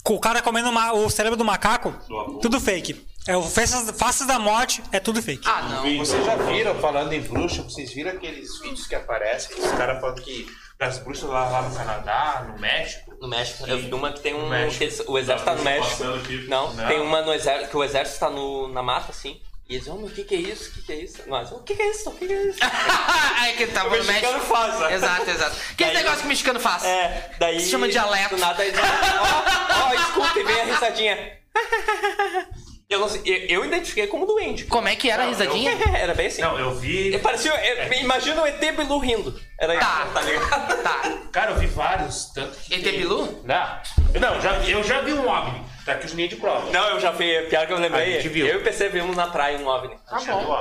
S4: com o cara comendo ma- o cérebro do macaco,
S2: Do amor.
S4: tudo fake. É o Faces, Faces da Morte, é tudo fake.
S3: Ah, não.
S2: Vita.
S6: Vocês já viram, falando em bruxa, vocês viram aqueles vídeos que aparecem, os caras falando que das bruxas lá, lá no Canadá, no México?
S5: No México, eu vi uma que tem um.
S2: México.
S5: que eles- o exército tá no
S2: Tá
S5: México.
S2: passando aqui.
S5: Não,
S2: Não.
S5: tem uma no exército que o exército tá no, na mata, assim. E eles, homem, o que que é isso? O que que é isso? Nós, o que que é isso? O que que é <laughs> isso?
S3: é que tava no
S5: mexicano
S3: México.
S5: faz, né?
S3: Exato, exato. Que
S5: Daí-
S3: negócio que o mexicano
S5: <laughs>
S3: faz?
S5: É, daí.
S3: Se chama dialeto.
S5: Do nada <laughs> eles. Ó, ó, escuta e vem a risadinha. <laughs> Eu, não sei, eu, eu identifiquei como doente.
S3: Como é que era a risadinha?
S5: <laughs> Era bem assim.
S6: Não, eu vi.
S5: E parecia. é, Imagina o ET Bilu rindo. Era isso,
S3: Tá.
S5: tá ligado?
S3: Tá.
S6: Cara, eu vi vários, tanto que.
S3: ET Bilu?
S6: Não, não já, vi- eu já vi um OVNI. Tá aqui os linha de prova.
S5: Não, eu já vi, pior que eu lembrei.
S6: A gente viu.
S5: Eu e o PC vimos na praia um OVNI.
S6: Tá bom.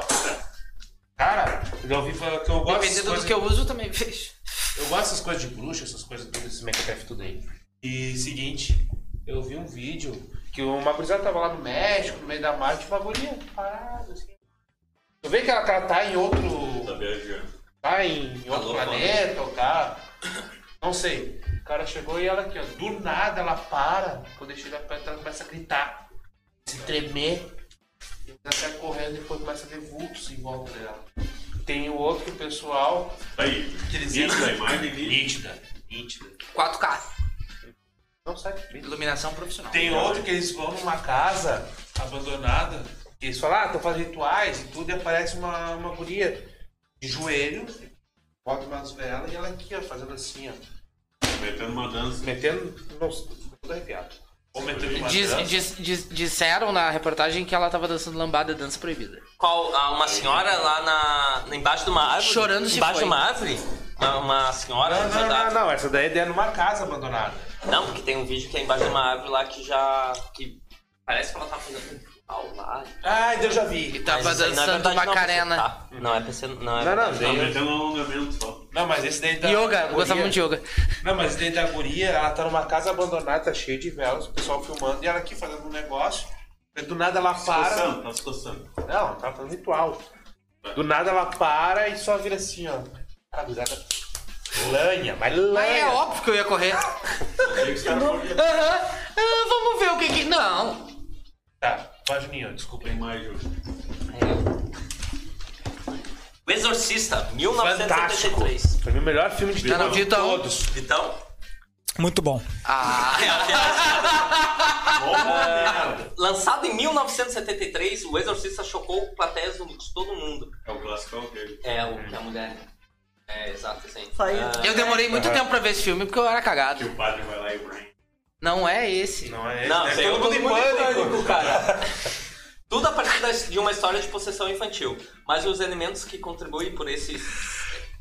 S6: Cara, eu já ouvi falar que eu gosto dessas
S3: Dependendo do
S6: coisas-
S3: que eu uso, também fez.
S6: Eu gosto dessas coisas de bruxa, essas coisas tudo, esse mequetrefe tudo aí. E seguinte, eu vi um vídeo que uma gurizada tava lá no México, no meio da mata, tinha uma guria parada, assim. Tu vê que ela tá, tá em
S2: Tá
S6: outro.
S2: viajando.
S6: tá em outro
S5: Alô,
S6: planeta, ou tá. Não sei. O cara chegou e ela aqui, ó. Do nada ela para. Quando chega perto, ela começa a gritar, se tremer. E ela sai correndo e depois começa a ver vultos em volta dela. Tem o outro pessoal.
S2: Aí, nítida a imagem nítida.
S6: Nítida, nítida.
S3: 4K.
S6: Não sai de brilho.
S3: Iluminação profissional.
S6: Tem outro que eles vão numa casa abandonada, que eles falam, ah, tô fazendo rituais e tudo, e aparece uma, uma guria de joelho, bota umas velas e ela aqui, ó, fazendo assim, ó.
S2: Metendo uma dança.
S6: Metendo. Nossa, tô todo arrepiado. Ou metendo uma
S3: Diz-
S6: dança.
S3: diz- diz- disseram na reportagem que ela tava dançando lambada, dança proibida.
S5: Qual, ah, uma senhora lá na, na- embaixo de uma árvore.
S3: Chorando se
S5: Embaixo
S3: foi.
S5: de uma árvore? Uma, uma
S4: Ah,
S5: senhora.
S6: Não, não, não, não, essa daí é numa casa abandonada.
S5: Não, porque tem um vídeo que é embaixo de uma árvore lá que já. que parece que ela tá fazendo um pau lá.
S6: Ai, Deus já vi.
S3: E tava
S5: Mas isso aí, na
S3: dançando
S5: verdade, não é
S3: Macarena.
S5: pra ser- tá. Não é pra ser. Não, é
S6: Não, não,
S5: verdade,
S2: Tá
S6: daí-
S2: metendo um alongamento só.
S6: Não, mas esse
S5: tá
S6: daí da.
S3: Yoga, eu
S6: guria-
S3: gostava muito de yoga.
S6: Não, mas dentro da guria, ela tá numa casa abandonada, tá cheia de velas, o pessoal filmando, e ela aqui fazendo um negócio. Do nada ela
S2: Tá se
S6: para.
S2: coçando, tá se coçando.
S6: Não, tava tá fazendo ritual. Do nada ela para e só vira assim, ó. A gurizada. Lanha, mas lanha.
S3: Mas é óbvio que eu ia correr. Aham.
S2: Achei que os caras foram-
S3: Ah, vamos ver o que que... Não.
S6: Tá, só Juninho, desculpa.
S2: Tem mais, Ju.
S5: O Exorcista,
S6: Fantástico.
S5: 1973.
S6: Foi meu melhor
S4: é,
S6: filme de
S3: Tá no
S6: terror de
S3: Vitão.
S6: todos.
S5: Vitão?
S4: Muito bom.
S3: Ah,
S5: Lançado em 1973, o Exorcista chocou plateias do- de todo mundo.
S2: É o classicão dele.
S5: É, o que a mulher. É, exato, assim.
S7: Saiu.
S5: Ah,
S3: eu demorei muito tempo pra ver esse filme porque eu era
S2: Que
S3: cagado.
S2: o padre vai lá e Brian.
S3: Não é esse.
S6: Não é
S5: Não,
S6: esse,
S5: tem
S6: né?
S5: todo mundo em pânico, cara. Tudo a partir das- de uma história de possessão infantil. Mas os elementos que contribuem por esse,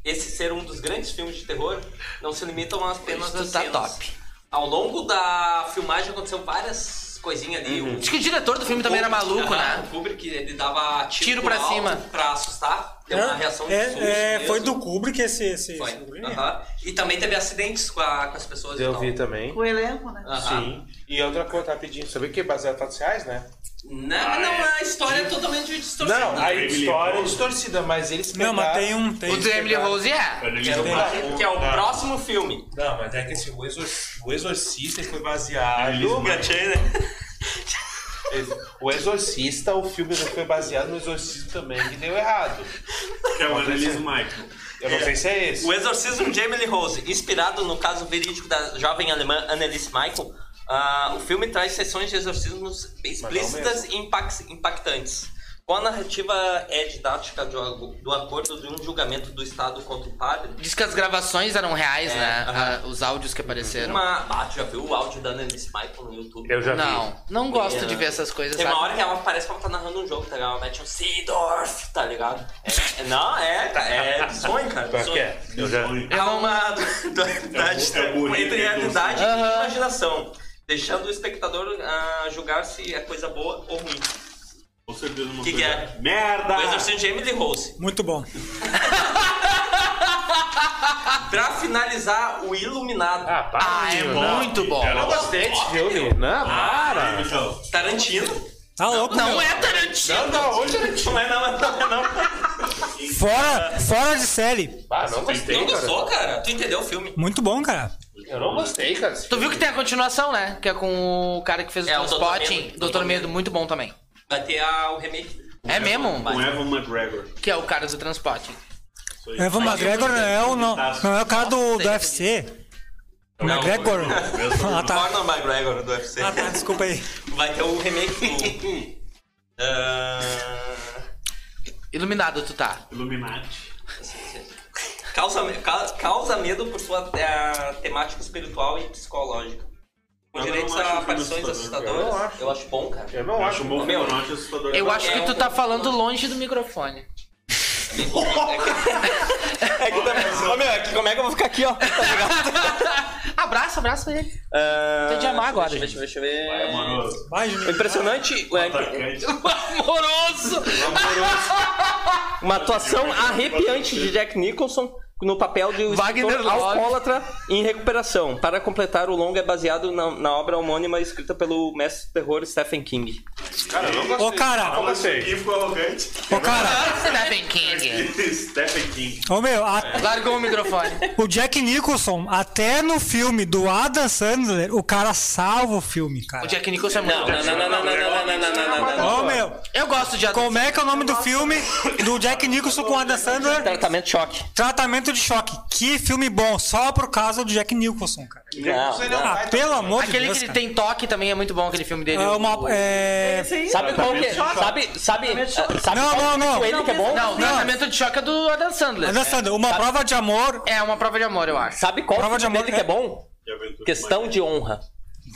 S5: esse ser um dos grandes filmes de terror não se limitam apenas
S3: Isso
S5: às
S3: tá
S5: cenas.
S3: top.
S5: Ao longo da filmagem aconteceu várias coisinhas ali.
S6: Uhum.
S5: O-
S3: Acho que o diretor do filme também era maluco,
S5: Aham,
S3: né?
S5: O Kubrick, ele dava tiro,
S3: Tiro
S5: pro
S3: pra
S5: alto
S3: cima.
S5: Pra assustar. Deu uma reação de
S4: É,
S5: susto
S4: é,
S5: mesmo.
S4: foi do né? Kubrick esse. esse,
S5: Foi.
S4: esse-
S5: Aham. E também teve acidentes com, a- com as pessoas e
S6: Eu
S5: tal.
S6: vi também.
S7: O elenco, né?
S5: Aham.
S6: Sim. E outra coisa, rapidinho. Sabia que é baseado em fatos reais, né?
S5: Não, mas não, a história é totalmente distorcida.
S6: Não, a
S2: Emily
S6: história é
S2: Rose.
S6: distorcida, mas eles
S4: Não,
S6: pegaram...
S4: mas tem um. Tem...
S3: O do Emily Rose é.
S2: Quando ele
S5: Que é, o
S2: vai-
S5: próximo, que é o
S2: né?
S5: próximo filme.
S6: Não, mas é que assim, o, exor... o Exorcista foi baseado...
S2: Eles matam.
S6: Ah, O Exorcista, o filme não foi baseado no Exorcista também, que deu errado.
S2: Que é o Annelise Michael.
S6: Eu não sei se é esse.
S5: O Exorcismo de Emily Rose, inspirado no caso verídico da jovem alemã Anneliese Michael, ah, o filme traz sessões de exorcismos
S6: Mas é não
S5: explícitas e impact- impactantes. Qual a narrativa é didática do, do acordo de um julgamento do Estado contra o padre?
S3: Diz que as gravações eram reais,
S5: É,
S3: né?
S5: aham.
S3: Ah, os áudios que apareceram.
S5: Uma... Ah, tu já viu o áudio da Nancy Michael no YouTube?
S6: Eu já vi.
S3: Não, não gosto
S5: É.
S3: de ver essas coisas,
S5: Tem
S3: sabe?
S5: uma hora que ela parece que ela tá narrando um jogo, tá ligado? Ela mete um Seedorf, tá ligado? É- é- não, é, cara, é sonho, cara.
S6: Pior
S5: sonho.
S6: que é. um Eu já vi.
S5: Há uma dualidade
S2: É o- é o Mourinho
S5: entre realidade
S3: Aham.
S5: e imaginação, deixando o espectador ah, julgar se é coisa boa ou ruim.
S2: Com certeza uma
S5: Que que
S2: coisa.
S5: é?
S2: Merda!
S5: O exorcismo de Emily Rose.
S4: Muito bom.
S5: Pra finalizar, o Iluminado.
S6: Ah, para.
S3: Ah, é
S6: Nil, não. Ah.
S3: muito bom.
S6: Eu não gostei desse filme. Não, para.
S2: Michel,
S5: Tarantino.
S4: Tá louco,
S3: Não
S4: meu.
S3: é Tarantino.
S5: Não, não, hoje Tarantino. Não é não, não, é não.
S4: Fora, fora de série.
S6: Ah, não
S5: Não
S6: gostei, cara.
S5: gostou, cara? Tu entendeu o filme?
S4: Muito bom, cara.
S6: Eu não gostei, cara. desse
S3: Tu viu
S6: filme.
S3: que tem a continuação, né? Que é com o cara que fez o
S5: É, o Dr.
S3: transporte.
S5: Medo.
S3: Doutor Medo, muito bom também.
S5: Vai ter ah, o remake.
S3: É mesmo?
S2: com Evan McGregor.
S3: Que é o cara do transporte.
S2: Isso aí.
S4: Evan McGregor não é o, não, não é o cara do, do
S3: Nossa,
S4: UFC.
S5: Não,
S4: McGregor. <laughs> Ah, tá.
S5: Conor McGregor do UFC.
S4: Ah, tá, desculpa aí.
S5: Vai ter o remake do... <laughs> Ah,
S3: Iluminado tu tá.
S2: Illuminati.
S5: Causa, ca- causa medo por sua eh, temática espiritual e psicológica. Com
S2: Eu não
S5: direitos
S2: acho um
S5: a
S2: filme
S5: aparições
S2: assustador,
S5: assustadoras,
S6: cara. Eu
S5: eu
S6: não
S5: acho.
S6: acho.
S5: bom, cara.
S6: Eu não
S2: Eu
S6: acho
S2: acho um bom
S5: Meu,
S2: filme, eu não acho assustador.
S3: Eu
S2: É, não.
S3: acho que tu tá falando longe do microfone.
S5: <laughs> É que também. Ô, meu, é que como é que eu vou ficar aqui, ó?
S3: <laughs> abraço, abraço ele. Tem de amar agora,
S5: Deixa eu ver, deixa eu ver.
S2: É amoroso.
S4: Vai,
S5: O
S4: Juninho.
S5: impressionante é
S2: Atacante.
S3: Amoroso!
S5: uma atuação arrepiante de Jack Nicholson no papel de um
S3: Wagner
S5: escritor
S3: Love.
S5: alcoólatra em recuperação. Para completar, o longa é baseado na, na obra homônima escrita pelo mestre do terror Stephen King.
S6: Cara, eu não gostei.
S4: Ô, cara.
S2: Fala isso
S6: gostei.
S2: aqui, ficou arrogante.
S4: Ô, cara. É.
S3: Stephen King.
S2: <laughs> Stephen King.
S4: Ô, meu. a-
S3: Largou o microfone.
S4: o Jack Nicholson, até no filme do Adam Sandler, o cara salva o filme, cara.
S3: <laughs> O Jack Nicholson é muito bom.
S5: não, não, não, não, não, não, não, não,
S4: Ô, meu.
S3: Eu gosto de
S4: Como é que é o nome do filme do Jack Nicholson com Adam Sandler?
S5: Tratamento choque.
S4: Tratamento de choque. Que filme bom, só por causa do Jack Nicholson, cara.
S5: Não, não.
S4: Ah, pelo amor de
S3: Aquele
S4: Deus,
S3: que ele
S4: cara.
S3: tem toque também é muito bom, aquele filme dele.
S4: É
S3: o-
S4: uma... É...
S7: Esse aí-
S3: um
S5: Sabe qual que é?
S7: Tratamento
S5: Sabe, sabe, ah, sabe
S4: Não,
S5: qual
S4: não, não.
S5: que é ele que é bom?
S3: Não, o
S4: Não.
S3: tratamento de choque é do Adam Sandler.
S4: Adam Sandler,
S5: Tá.
S4: uma prova de amor...
S3: É uma prova de amor, eu acho.
S5: Sabe qual
S4: Prova
S5: filme
S4: de amor,
S3: né?
S5: dele que é bom?
S2: De aventura.
S5: Questão de honra.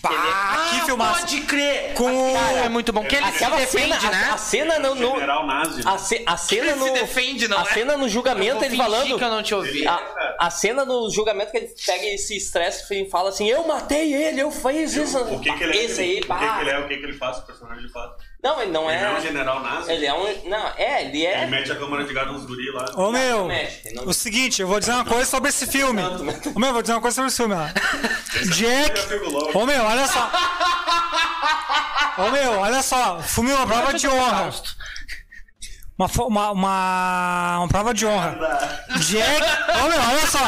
S4: Bah, que filmaço.
S3: Ah, crer!
S4: Com o-
S5: Tá.
S3: é muito bom. Que ele
S5: Aquela
S3: se defende,
S5: cena, a-
S3: né?
S5: a, cena no, no
S2: General Nazi. né?
S5: a, ce- a cena
S3: Ele
S5: no
S3: se defende, não
S5: a
S3: é?
S5: cena no julgamento ele
S3: Vou fingir
S5: falando
S3: que eu não te ouvi.
S5: a, a cena no julgamento que ele pega esse estresse e fala assim: Eu matei ele, eu fiz isso.
S2: O que que ele é? o
S5: Esse aí,
S2: que
S5: pá.
S2: que ele é? O que que ele faz? O personagem ele faz?
S5: Não, ele não
S2: Ele é um
S5: é.
S2: general Nazi.
S5: Ele é um. Não, é, ele
S2: Ele
S5: é.
S2: mete a câmera de gado nos guri lá.
S4: Ô meu,
S5: mexe, não-
S4: o seguinte, eu vou dizer uma coisa sobre esse filme. Ô meu, eu vou dizer uma coisa sobre esse filme lá.
S2: Eu já
S4: Jack.
S2: pego logo.
S4: Ô meu, olha só. Ô meu, olha só. Filme uma prova de honra. Uma, fo- uma, uma, uma prova de honra. Jack. Ô meu, olha só.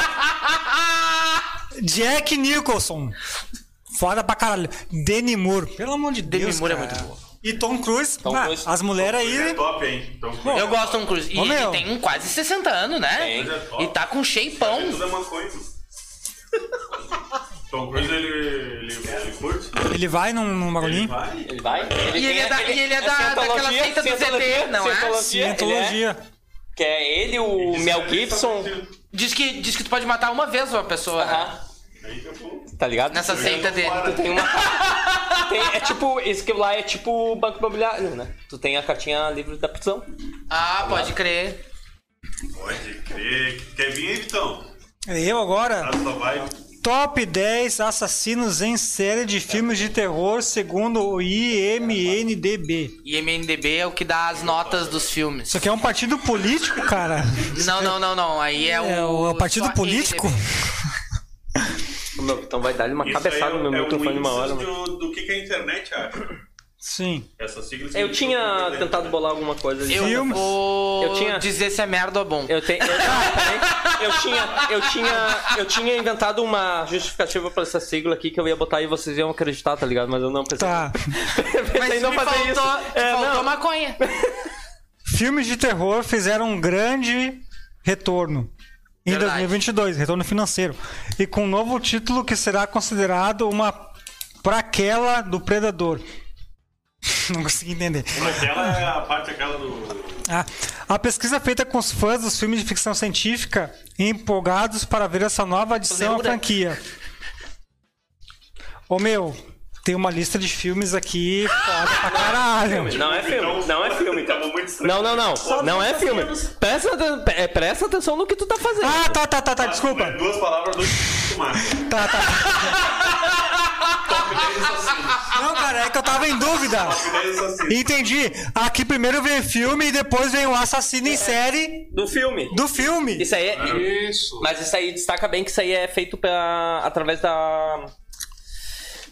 S4: Jack Nicholson. Foda pra caralho. Danny Moore. Pelo amor de Deus.
S3: Moore é
S4: cara.
S3: muito boa.
S4: E Tom Cruise.
S5: Tom
S4: bah,
S5: Cruise.
S4: As mulheres
S2: Ele é
S4: aí.
S2: top, hein? Então,
S3: Eu gosto de Tom Cruise. E
S4: Ô,
S3: ele
S4: meu.
S3: tem um quase 60 anos, né?
S2: Tem.
S3: E tá com shapeão.
S2: Tudo é maconha. Tom Cruise, ele, ele, ele curte? né?
S4: Ele vai num, num
S2: Ele
S4: bagulhinho.
S2: vai?
S5: Ele vai. Ele,
S3: E ele é da- e ele é da-
S5: cientologia,
S3: daquela seita do
S5: cientologia,
S3: ZT, não é?
S5: cientologia, ele
S4: Cientologia.
S5: Que é ele, o
S2: tá
S5: Mel Gibson.
S3: Diz que, diz que tu pode matar uma vez uma pessoa né?
S5: Aham.
S2: Aí que eu vou.
S5: Tá ligado?
S3: nessa seita dele.
S5: Tu tem uma. tem, é tipo. Isso que lá é tipo banco imobiliário, né? Tu tem a cartinha livre da prisão.
S3: Ah, pode crer.
S2: Pode crer. Quer vir aí, Vitão?
S4: Eu agora,
S5: Tá.
S2: Ah, só vai.
S4: top 10 assassinos em série de filmes de terror segundo o IMNDB.
S3: E MNDB é o que dá as notas dos filmes.
S4: Isso aqui é um partido político, cara.
S3: Não, não, não, não. Aí é o.
S4: É o, é o partido
S3: só
S4: político?
S3: MNDB.
S5: O meu então vai dar-lhe uma
S2: Isso
S5: cabeçada
S2: aí
S5: no meu
S2: é um
S5: microfone uma
S2: índice
S5: hora, mano.
S2: Do, do que, que a internet acha.
S4: Sim.
S2: Essa sigla
S5: Eu
S2: significa
S5: tinha
S2: que-
S5: tentado bolar alguma coisa ali.
S3: Eu
S4: Filmes.
S3: vou
S5: Eu tinha-
S3: dizer se é merda ou bom.
S5: Eu, tenho. eu, ah, peraí. eu <laughs> tinha, eu tinha, eu tinha inventado uma justificativa pra essa sigla aqui que eu ia botar e vocês iam acreditar, tá ligado? Mas eu não pensei. <laughs>
S4: Tá.
S5: pensei
S3: Mas
S5: em não
S3: me
S5: fazer
S3: faltou,
S5: isso. É,
S3: faltou
S5: não.
S3: maconha.
S4: Filmes de terror fizeram um grande retorno. Em
S3: Verdade.
S4: 2022, retorno financeiro. E com um novo título que será considerado uma praquela do predador. <laughs> Não consegui entender.
S2: Como é que ela é a parte aquela do.
S4: Ah, a pesquisa feita com os fãs dos filmes de ficção científica empolgados para ver essa nova adição à
S3: Lembra?
S4: franquia. Ô meu, tem uma lista de filmes aqui foda pra
S3: <laughs>
S4: caralho.
S5: Não é
S3: Então,
S5: filme, não é filme, cara.
S2: Tava muito estranho.
S5: Não, não, não. Não é filme. Presta, aten- é, presta atenção no que tu tá fazendo.
S4: Ah, tá, tá, tá, tá, desculpa.
S2: Duas palavras, dois fumaça.
S4: Tá, tá. Não, cara, é que eu tava em dúvida. Entendi. Aqui primeiro vem filme e depois vem o assassino em série
S5: Do filme.
S4: do filme.
S5: Isso aí é.
S6: Isso.
S5: Mas isso aí destaca bem que isso aí é feito pra, através da.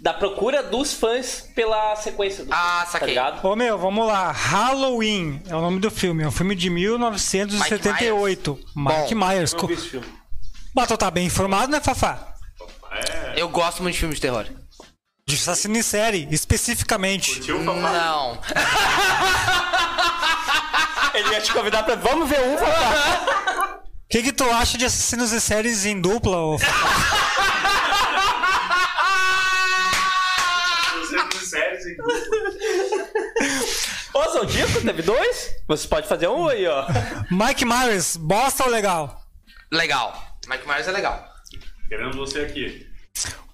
S5: Da procura dos fãs pela sequência do
S3: Ah,
S5: filme,
S3: saquei.
S5: Tá ligado?
S4: Ô meu, vamos lá. Halloween é o nome do filme. É um filme de 1978. Mike Myers.
S6: Não
S4: Co-
S6: vi esse filme.
S4: Mas tu tá bem informado, né, Fafá?
S2: É,
S3: Eu gosto muito de filmes de terror.
S4: De assassino em série, especificamente.
S2: tio papai.
S3: Não.
S5: Ele ia te convidar pra. Vamos ver um, Fafá.
S4: O que, que tu acha de assassinos em séries em dupla? ô Fafá?
S2: Vocês sérios, hein?
S5: Ô, Zodíaco, um teve dois? Você pode fazer um aí, ó.
S4: Mike Myers, bosta ou legal?
S3: Legal. Mike Myers é legal.
S2: Queremos você aqui.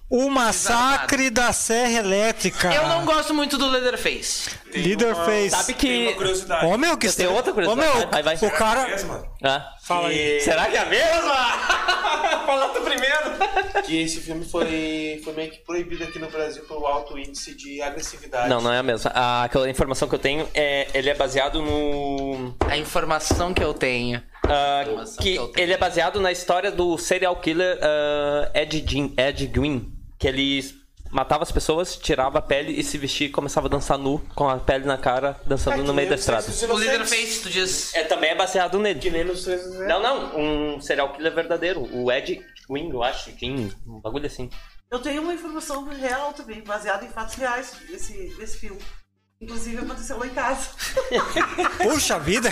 S4: O massacre da Serra Elétrica.
S3: Eu não gosto muito do Leatherface.
S5: Sabe
S4: Leaderface.
S5: que.
S4: Ô meu, que
S5: Eu tenho outra
S4: Ô
S5: curiosidade.
S4: meu,
S5: Vai, vai.
S4: o cara.
S5: Ah.
S4: Fala aí.
S5: Será que é a mesma? Fala tu primeiro.
S6: Que esse filme foi, foi meio que proibido aqui no Brasil pelo alto índice de agressividade.
S5: Não, não é a mesma. A, aquela informação que eu tenho é. Ele é baseado no.
S3: A informação que eu tenho.
S5: ah,
S3: Informação
S5: que
S3: que eu tenho.
S5: ele é baseado na história do serial killer ah, Ed, Gein, Ed Gein. Que ele matava as pessoas, tirava a pele e se vestia e começava a dançar nu com a pele na cara, dançando no meio da estrada.
S3: O Leatherface, tu diz.
S5: É, também é baseado nele.
S6: Que nem nos três. né?
S5: Não, não, um serial killer verdadeiro. O Ed Gein, eu acho. Gein, um bagulho assim.
S7: Eu tenho uma informação real também, baseada em fatos reais desse, desse filme. Inclusive aconteceu lá em casa.
S4: Puxa vida.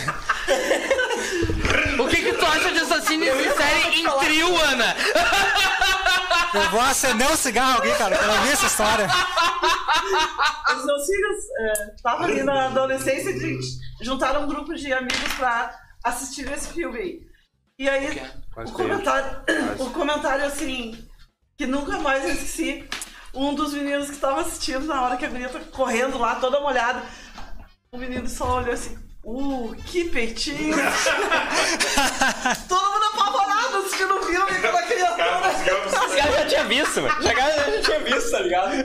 S3: O que, que tu acha de assassino em série em trio, Ana?
S4: Eu vou acender um cigarro aqui, cara. Quero ouvir essa história.
S7: Os meus filhos estavam ali na adolescência de juntaram um grupo de amigos pra assistir esse filme aí. E aí, o comentário, o comentário assim, que nunca mais eu esqueci, um dos meninos que estava assistindo na hora que a menina tá correndo lá, toda molhada, o menino só olhou assim, uh, que peitinho! Todo mundo apavorado assistindo o filme com aquela criatura.
S5: Esse cara já tinha visto, mano. Esse cara já tinha visto, tá ligado?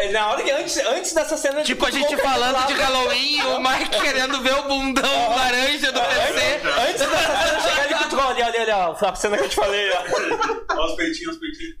S5: É, Na hora que antes, antes dessa cena
S3: Tipo, a gente falando de Halloween e o Mike querendo ver o bundão laranja do PC.
S5: Antes dessa cena chegar ele cutucou ali, olha, olha, ó, a cena que eu te falei, ó.
S2: Olha os peitinhos, os peitinhos.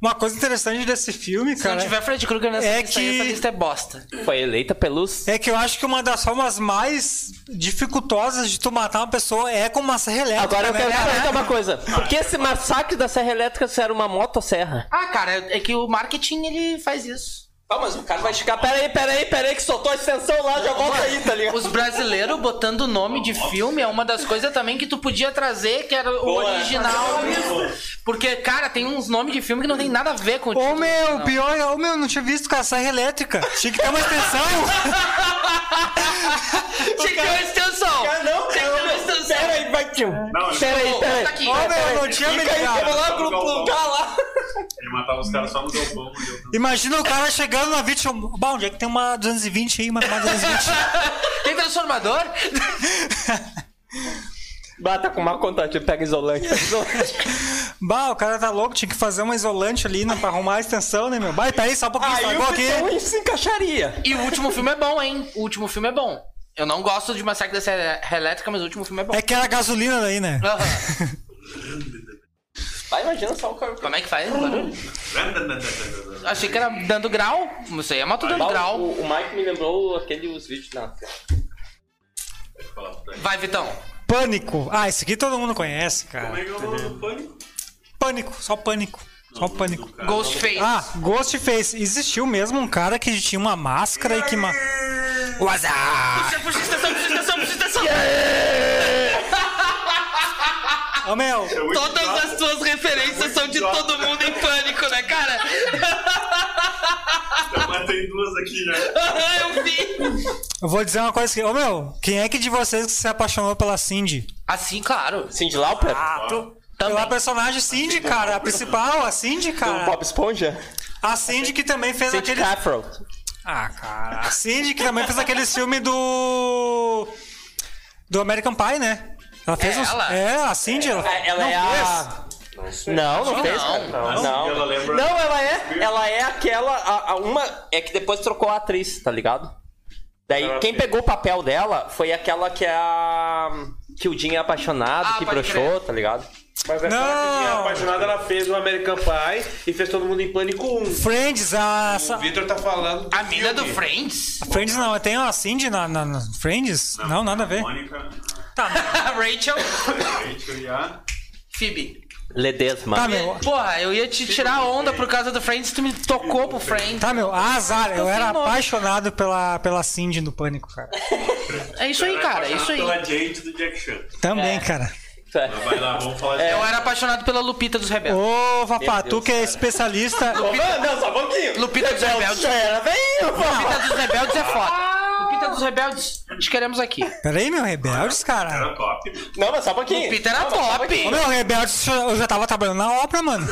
S4: Uma coisa interessante desse filme,
S3: Se não
S4: cara.
S3: tiver Fred Krueger nessa
S4: É
S3: lista, aí,
S4: que-
S3: essa lista né? é bosta.
S5: Foi eleita pelos.
S4: É que eu acho que uma das formas mais dificultosas de tu matar uma pessoa é com massa elétrica.
S5: Agora eu
S4: né,
S5: quero
S4: cara?
S5: perguntar uma coisa. Por que esse massacre da Serra Elétrica se era uma motosserra?
S3: Ah, cara, é que o marketing ele faz isso.
S5: Ah, mas o cara vai chegar. Peraí, peraí, peraí, que soltou a extensão lá, já volta aí, tá ligado?
S3: Os brasileiros botando nome de filme é uma das coisas também que tu podia trazer, que era o original. Porque, cara, tem uns nomes de filme que não tem nada a ver com o
S4: Ô
S3: título
S4: meu,
S3: original.
S4: pior, é- ô meu, não tinha visto com a serra elétrica. Tinha que ter uma
S5: <laughs>
S4: extensão.
S3: Tinha que ter uma extensão.
S5: Ah, não,
S3: Tinha que ter uma extensão.
S5: peraí, vai, tio.
S2: Não, ele,
S5: Peraí,
S3: Pô,
S5: peraí.
S3: tá aqui.
S4: Ô meu, não tinha me
S5: é, Fica aí, que eu vou
S4: ligado.
S5: lá pro pro lugar lá.
S2: ele matava os caras só no galpão. e eu-
S4: Imagina o cara chegando na vítima. Bom, onde é que tem uma 220 aí, uma, uma
S5: <laughs>
S4: 220?
S3: Tem transformador?
S5: Bata com mau contato, pega isolante.
S4: bah, o cara tá louco, tinha que fazer uma isolante ali né, pra arrumar a extensão, né, meu? Vai, tá aí, só um pouquinho,
S5: Aí
S4: estragou
S5: o
S4: aqui.
S5: Pitão se Então, encaixaria.
S3: E o último filme é bom, hein? O último filme é bom. Eu não gosto de Massacre da Serra Elétrica, mas o último filme é bom.
S4: <laughs> É que era gasolina daí, né?
S3: Aham.
S5: Vai, imagina só o cara.
S3: Como é que faz o barulho? Achei que era dando grau. Não sei, é moto dando
S4: um
S3: grau.
S5: O, o Mike me lembrou aquele os vídeos na.
S3: Vai, Vitão.
S4: Pânico. Ah, esse aqui todo mundo conhece,
S2: Como é
S4: cara.
S2: que eu vou pânico?
S4: Pânico, só pânico. Só pânico.
S3: Ghostface.
S4: Ah, Ghostface. Existiu mesmo um cara que tinha uma máscara e que. Ma... Waza!
S3: Puxa estação, puxa estação, puxa estação.
S4: Ô meu,
S3: Todas as tuas referências são de todo mundo em pânico, né, cara?
S2: Mas tem duas aqui já.
S3: Ah, eu vi!
S4: Eu vou dizer uma coisa que. Ô meu, quem é que de vocês que se apaixonou pela Cindy?
S3: Assim, claro.
S5: Cindy Lauper?
S4: Pela personagem Cindy, cara. A principal, a Cindy,
S5: Do
S4: cara.
S5: Bob Esponja?
S4: A Cindy que também fez
S5: Então, Cindy
S4: aquele.
S5: Caffrey.
S4: Ah, cara. A Cindy que também fez aquele filme do. Do American Pie, né? Ela fez
S3: É
S4: uns-
S3: ela?
S4: É, a Cindy. Ela,
S5: É, Ela
S4: não
S5: é
S4: fez?
S5: a. Não, não fez, cara. Não.
S2: E ela lembra-
S5: Não, ela é. Ela é aquela. A, a uma. É que depois trocou a atriz, tá ligado? Daí
S2: Ela
S5: quem
S2: fez.
S5: pegou o papel dela foi aquela que é a. Que o Jim é apaixonado,
S3: Ah,
S5: que
S3: pode
S5: broxou, tá ligado?
S6: Mas é a
S4: Não.
S6: cara apaixonada, ela fez o American Pie e fez todo mundo em pânico 1.
S4: Friends, a.
S6: O Victor tá falando. do
S3: A mina do
S6: filme.
S3: Friends? <laughs>
S4: Friends não, tem a Cindy na, na- na Friends? Não, nada a ver.
S2: Mônica,
S4: Tá,
S3: A Rachel?
S2: Rachel e a...
S3: Phoebe.
S5: Ledesma.
S4: tá, meu.
S3: Porra, eu ia te tirar a onda por causa do Friends, tu me tocou pro Friends.
S4: Tá, meu, azar, eu
S3: sem
S4: era
S3: nome.
S4: apaixonado pela, pela Cindy no Pânico, cara.
S3: É isso aí, cara, é isso aí.
S2: Pela Jade do Jack Chan.
S4: Também, cara.
S5: é.
S2: Mas vai lá, vamos falar de...
S3: Eu era apaixonado pela Lupita dos Rebeldes.
S4: Ô, Vapá,
S5: Deus,
S4: tu que é especialista.
S5: não, só um pouquinho.
S3: Lupita dos Rebeldes. Lupita dos Rebeldes é foda. Lupita dos Rebeldes, te queremos aqui.
S4: Peraí, meu, Rebeldes, cara.
S2: Era top. mano.
S5: Não, mas só um pouquinho.
S3: Lupita era
S4: Ô,
S3: top.
S4: meu, Rebeldes, eu já tava trabalhando na obra, mano.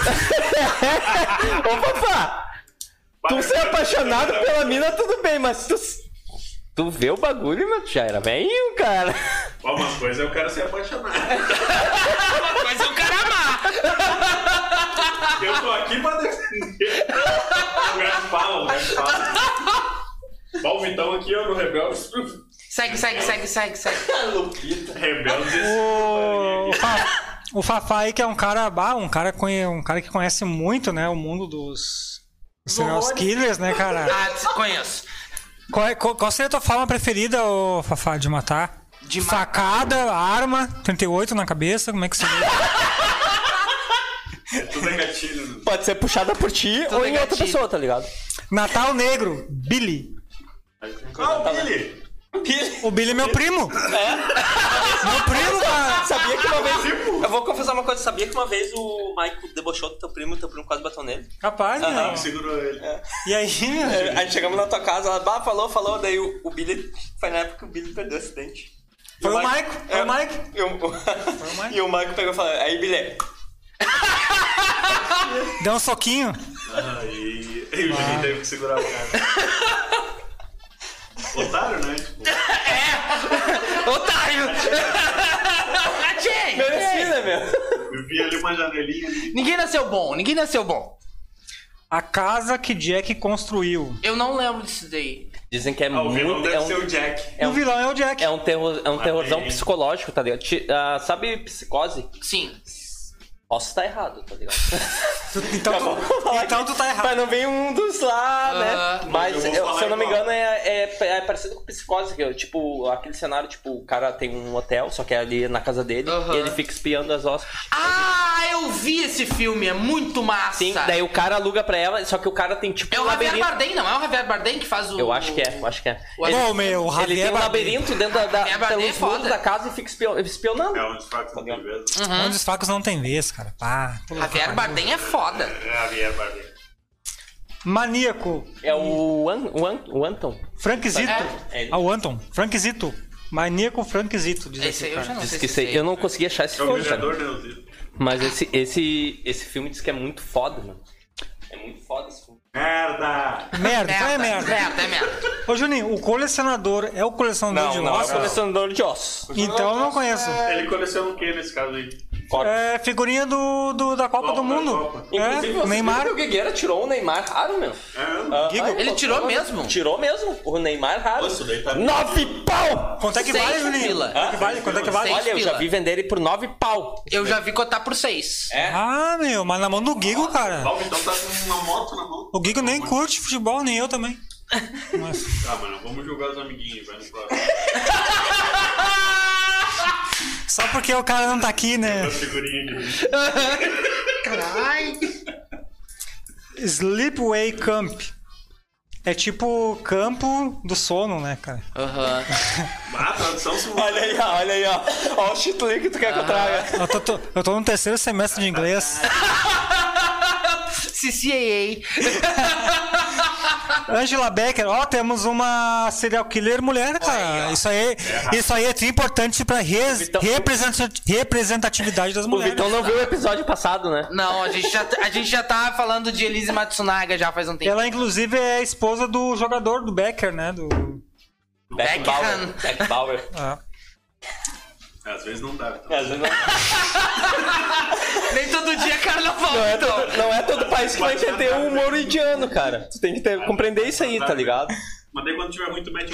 S5: Ô, papá! <laughs> Tu ser apaixonado pela mina, tudo bem, mas tu. Tu vê o bagulho, meu, tu já era velhinho, cara. <laughs>
S2: Ó, umas coisas eu quero ser apaixonado.
S3: Mas é eu quero amar.
S2: Eu tô aqui pra defender. O gato fala, o gato fala. Bom, o Vitão aqui, ó, no Rebeldes.
S3: Segue, segue, segue, segue, segue.
S2: Rebeldes.
S4: O, Fa- o Fafá aí, que é um cara, bah, um cara, conhe- um cara que conhece muito, né, o mundo dos. dos Serial killers, né, cara?
S3: Ah, te conheço.
S4: Qual, é- qual- qual seria a tua forma preferida, ô Fafá, de matar?
S3: De ma-
S4: Facada, arma, 38 na cabeça, como é que você.
S5: <laughs>
S2: Tudo é gatilho. né?
S5: Pode ser puxada por ti ou em outra
S3: gatilho.
S5: pessoa, tá ligado?
S4: Natal Negro, Billy.
S2: Ah, o Billy!
S4: O Billy é meu primo.
S5: É?
S4: <laughs> Meu primo, cara.
S5: Sabia que uma vez. Eu vou confessar uma coisa, sabia que uma vez o Maico debochou do teu primo, teu primo quase bateu nele.
S4: Capaz,
S5: Aham.
S4: né?
S2: Que segurou ele.
S4: E aí, né? meu?
S5: É, Aí chegamos na tua casa, ela bah, falou, falou, daí o, o Billy. Foi na época que o Billy perdeu o acidente. E
S4: Foi o
S5: Maico-
S4: Maico, foi
S5: é,
S4: o Maico.
S5: E o,
S4: Maico.
S5: <laughs> e o Maico pegou e falou, aí Billy,
S4: Deu um soquinho.
S2: Aí e o Billy teve que segurar o cara. Otário, né? Tipo,
S3: Otário! Gente!
S5: mereci, né, meu?
S2: eu vi ali uma janelinha ali.
S3: Ninguém nasceu bom, ninguém nasceu bom.
S4: A casa que Jack construiu.
S3: Eu não lembro disso daí.
S5: Dizem que é
S2: Ah, o vilão
S5: muito.
S2: deve
S5: É
S2: ser
S5: um,
S2: o Jack.
S4: o vilão é o Jack.
S5: é um, terror, é um terrorzão
S2: bem.
S5: psicológico, tá ligado? Ti- ah, sabe psicose?
S3: Sim.
S5: Posso estar errado, tá ligado?
S4: Tu- então, tu, então tu tá errado.
S5: <laughs> Mas não vem um dos lá,
S3: Ah,
S5: né? Mas,
S2: eu vou
S5: eu-
S2: falar
S5: se eu não me
S2: igual.
S5: engano, é, é- é parecido com psicose, que é, tipo, aquele cenário, tipo, o cara tem um hotel, só que é ali na casa dele,
S3: Aham.
S5: e ele fica espiando as hóspedes.
S3: Ah, eu vi esse filme, é muito massa.
S5: Sim, daí o cara aluga pra ela, só que o cara tem, tipo,
S3: É
S5: um
S3: o Javier
S5: labirinto.
S3: Bardem, não é o Javier Bardem que faz o.
S5: Eu acho que é, eu acho que é.
S3: O
S5: Ele,
S4: Bom, meu, o
S5: ele
S4: Javier é
S5: tem um
S4: Bardem.
S5: labirinto dentro da,
S3: Javier
S5: da,
S3: Bardem
S5: pelos
S3: é foda.
S5: muros da casa e fica espio- espionando.
S2: É um dos
S5: Tá
S2: fracos da TV.
S5: Uhum.
S4: Onde os facos não tem vez, cara. Pá.
S3: Javier Bardem é foda.
S5: Ah.
S2: É Javier Bardem.
S4: Maníaco.
S5: É o, An, o, An, o Anton.
S4: Frank Zito.
S5: É. É.
S4: Ah, o Anton. Frank Zito. Maníaco Frank Zito, diz
S3: Esse
S4: aqui,
S3: aí eu já
S4: cara.
S3: não sei.
S5: Diz que
S3: se
S5: sei- eu não consegui achar esse
S2: É o
S5: filme, cara.
S2: vereador, né? o Zito?
S5: Mas esse, esse, esse filme diz que é muito foda, mano. É muito foda esse filme.
S2: Merda!
S4: Merda, então é merda.
S3: Merda, merda, é
S5: Tá
S3: merda.
S4: Ô, Juninho, o colecionador é o colecionador de ossos?
S5: colecionador de ossos.
S4: Então eu não conheço.
S5: É.
S2: Ele coleciona o que nesse caso aí?
S4: É figurinha do, do- da Copa
S2: Copa
S4: do
S2: da
S4: Mundo.
S2: Copa.
S5: Inclusive,
S4: É,
S5: você
S4: Neymar.
S5: viu que o Guigueira tirou o Neymar raro, meu.
S2: É,
S5: Aham,
S4: Guigo?
S3: Ele tirou
S5: botou-
S3: mesmo?
S5: Tirou mesmo, o Neymar raro.
S2: Nossa, daí tá-
S5: Nove pau!
S4: Quanto é que
S3: Seis
S4: vale, Juninho?
S3: fila.
S4: Quanto é que vale? Quanto é que vale?
S3: Seis
S5: Olha, eu já
S3: fila.
S5: vi vender ele por nove pau.
S3: Eu já vi cotar por seis.
S4: Ah, meu, mas na mão do Gigo, cara.
S2: O Vitão tá com uma moto na mão.
S4: O Gigo nem curte futebol, nem eu também. Mas-
S2: Tá, mano, vamos jogar os amiguinhos, vai no próximo.
S4: só porque o cara não tá aqui, né?
S2: Uma figurinha de
S4: Sleepway Camp. É tipo campo do sono, né, cara?
S3: <laughs> Aham.
S2: Ah, tradução se
S5: Olha aí, ó, olha aí, ó. Ó o título aí que tu quer que eu traga.
S4: Eu tô, tô- eu tô no terceiro semestre de inglês.
S3: CCAA.
S4: Angela Becker, ó, temos uma serial killer mulher, cara. isso, aí, isso aí é tri- importante pra res-
S5: Vitão-
S4: representati- representatividade das
S5: O
S4: mulheres. né?
S5: Vitão não viu o episódio passado, né?
S3: Não, a gente, já, a gente já tá falando de Elise Matsunaga já faz um tempo.
S4: Ela, inclusive, é esposa do jogador do Becker, né? Do...
S5: Beck Bauer. Beck Bauer.
S4: Ah.
S2: Às vezes não dá. Então.
S5: É, às vezes
S3: Nem todo dia é carnaval,
S5: Não é,
S3: então.
S5: todo, não é todo país que vai entender o humor indiano, cara. Tu tem que ter- compreender isso aí, tá ligado?
S2: Mas daí quando tiver muito match.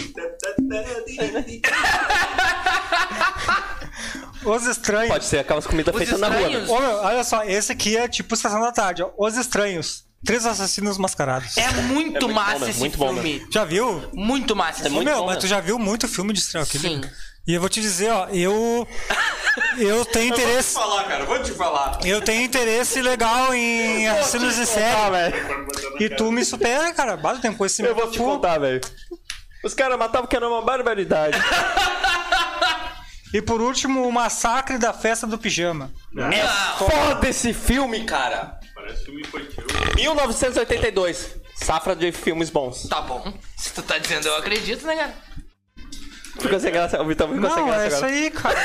S4: Os Estranhos.
S5: Pode ser aquelas comidas
S3: Os
S5: feitas na rua. né?
S3: estranhos.
S4: Ô, meu, olha só, esse aqui é tipo Sessão da Tarde, ó. Os Estranhos. Três assassinos mascarados.
S3: É muito,
S5: muito
S3: massa
S5: bom, né?
S3: esse
S5: Muito bom,
S3: filme.
S4: Já viu?
S3: Muito massa esse
S5: É muito
S3: filme.
S4: Meu,
S5: bom
S4: mas
S5: mesmo.
S4: tu já viu muito filme de serial killer?
S3: Sim.
S4: E eu vou te dizer, ó, eu. Eu tenho interesse.
S9: falar, cara, vou te falar.
S4: Eu tenho interesse legal em assassinos de
S5: Ah,
S4: série.
S5: velho.
S4: E tu me supera, cara. Basta tem um conhecimento.
S5: Eu vou te
S4: Pô,
S5: contar, velho. Os caras matavam que era uma barbaridade.
S4: E por último, o massacre da festa do pijama.
S5: Foda esse filme, cara.
S2: Parece filme infantil.
S5: 1982. Safra de filmes bons.
S3: Tá bom. Se tu tá dizendo, eu acredito, né, cara?
S5: Ficou sem graça. O Vitão ficou sem
S4: Não,
S5: graça
S4: é isso
S5: agora.
S4: aí, cara.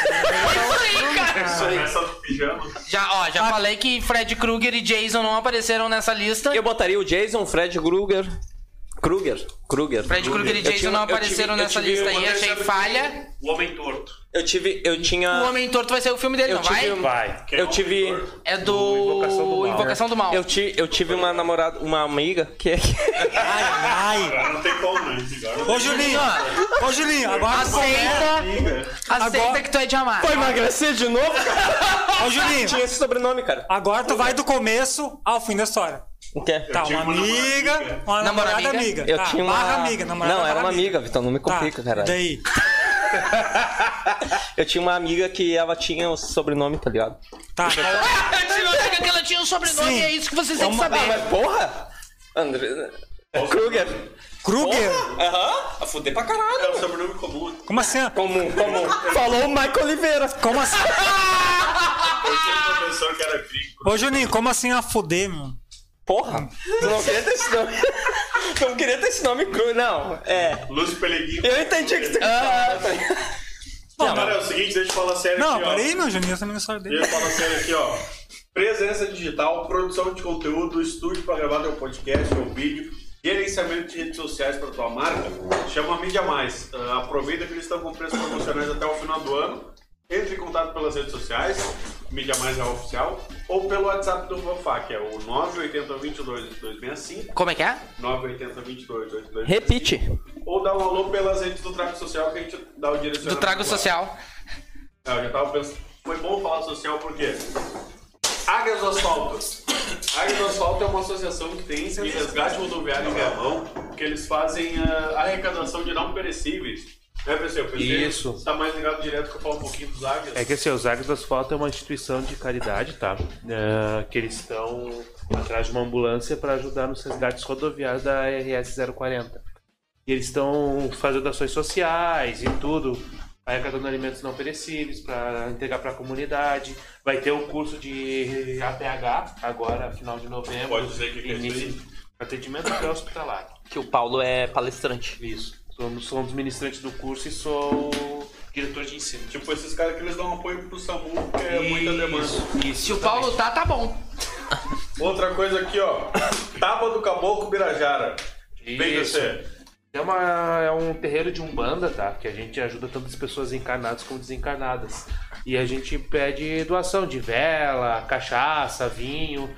S5: Ah.
S2: Começa do pijama.
S3: Já, ó, já falei que Fred Krueger e Jason não apareceram nessa lista.
S5: Eu botaria o Jason, Fred Krueger. Krueger? Krueger.
S3: Fred Krueger e
S5: Eu tinha-
S3: Jason não
S5: eu tive-
S3: apareceram
S5: eu
S3: nessa
S5: tive
S3: lista
S5: uma-
S3: aí, achei falha.
S2: O Homem Torto.
S5: Eu tive. Eu tinha.
S3: O Homem Torto vai ser o filme dele,
S5: eu
S3: não
S5: tive.
S3: vai?
S6: Vai.
S2: Que é
S5: Eu
S2: o
S5: tive.
S2: Homem Torto.
S3: É
S6: do
S3: do
S6: Invocação do Mal.
S3: Invocação do Mal.
S5: Eu, ti, eu tive uma namorada, uma amiga que é-
S4: Ai, ai.
S2: Agora não tem como, né? Agora não
S4: Ô, Julinho. Ô, Julinho, agora tu começa.
S3: Aceita,
S2: tem liga.
S3: aceita
S4: Agora-
S3: que tu é de amar.
S5: Foi emagrecer de novo?
S4: Ô, Julinho.
S5: <laughs> Tinha esse sobrenome, cara.
S4: Agora tu vai do começo ao fim da história.
S5: O quê?
S4: Tá,
S2: tinha
S4: uma
S2: uma
S4: amiga,
S2: namorada
S4: uma
S3: Namorada
S4: namorada
S3: amiga?
S4: amiga.
S5: Eu
S4: tá,
S5: tinha uma.
S4: barra amiga, namorada
S5: não, era
S4: barra
S5: uma amiga, Vitão, não me
S4: Tá,
S5: complica, caralho.
S4: Daí.
S5: Eu tinha uma amiga que ela tinha o sobrenome, tá ligado?
S4: Tá.
S3: Eu tive uma amiga que ela tinha um sobrenome
S4: Sim.
S3: e é isso que vocês têm que saber.
S5: Ah, mas porra! André. Kruger.
S4: Kruger?
S5: Aham, a fuder pra
S2: É
S5: caralho.
S2: um sobrenome comum.
S4: Como assim?
S5: Comum, comum. Falou o Michael Oliveira.
S4: Como assim?
S2: Eu tinha uma pessoa que era Vico.
S4: Ô, Juninho, como assim a fuder, meu?
S5: Porra! Tu não queria ter esse nome. não queria ter esse nome cru, não. É.
S2: Lúcio Peleguinho.
S5: Eu entendi o que tu ah,
S2: Não, Cara, é o seguinte, deixa eu falar sério
S4: Não,
S2: aqui, ó.
S4: peraí, meu, Juninho, essa menina história dele.
S2: Deixa eu falar sério aqui, ó. Presença digital, produção de conteúdo, estúdio para gravar teu podcast ou vídeo, gerenciamento de redes sociais para tua marca, chama a Mídia Mais. Ah, aproveita que eles estão com preços promocionais até o final do ano. Entre em contato pelas redes sociais, Mídia Mais é oficial, ou pelo WhatsApp do Vofá, que é o 980 22 265,
S3: Como é que é?
S2: 980 22 265.
S5: Repite.
S2: Ou dá um alô pelas redes do Trago Social, que a gente dá o direcionamento.
S3: Do Trago
S2: lá.
S3: Social.
S2: É, Eu já tava pensando. Foi bom falar social porque. Águias do Asfalto. Águias do Asfalto é uma associação que tem de resgate rodoviário em Gabão, que eles fazem ah, arrecadação de não perecíveis. Né, PC? O PC
S6: Isso.
S2: Tá mais ligado direto que eu falo um pouquinho dos águias.
S6: É que assim, os Águias do Asfalto é uma instituição de caridade, tá? É, que eles estão atrás de uma ambulância para ajudar nos resgates rodoviários da RS 040. E eles estão fazendo ações sociais e tudo, arrecadando alimentos não perecíveis para entregar para a comunidade. Vai ter um curso de APH agora, final de novembro.
S2: Pode dizer que que é isso aí?
S6: início, atendimento pré-hospitalar.
S5: Que o Paulo é palestrante.
S6: Isso. Sou, sou um dos ministrantes do curso e sou diretor de ensino.
S2: Tipo, esses caras que eles dão apoio pro SAMU, que é muita demanda.
S6: Isso,
S3: Se o Paulo tá, tá bom.
S2: Outra coisa aqui, ó. Tábua do Caboclo Birajara. Vem
S6: Isso.
S2: você.
S6: É, uma, é um terreiro de umbanda, tá? Que a gente ajuda tanto as pessoas encarnadas como desencarnadas. E a gente pede doação de vela, cachaça, vinho,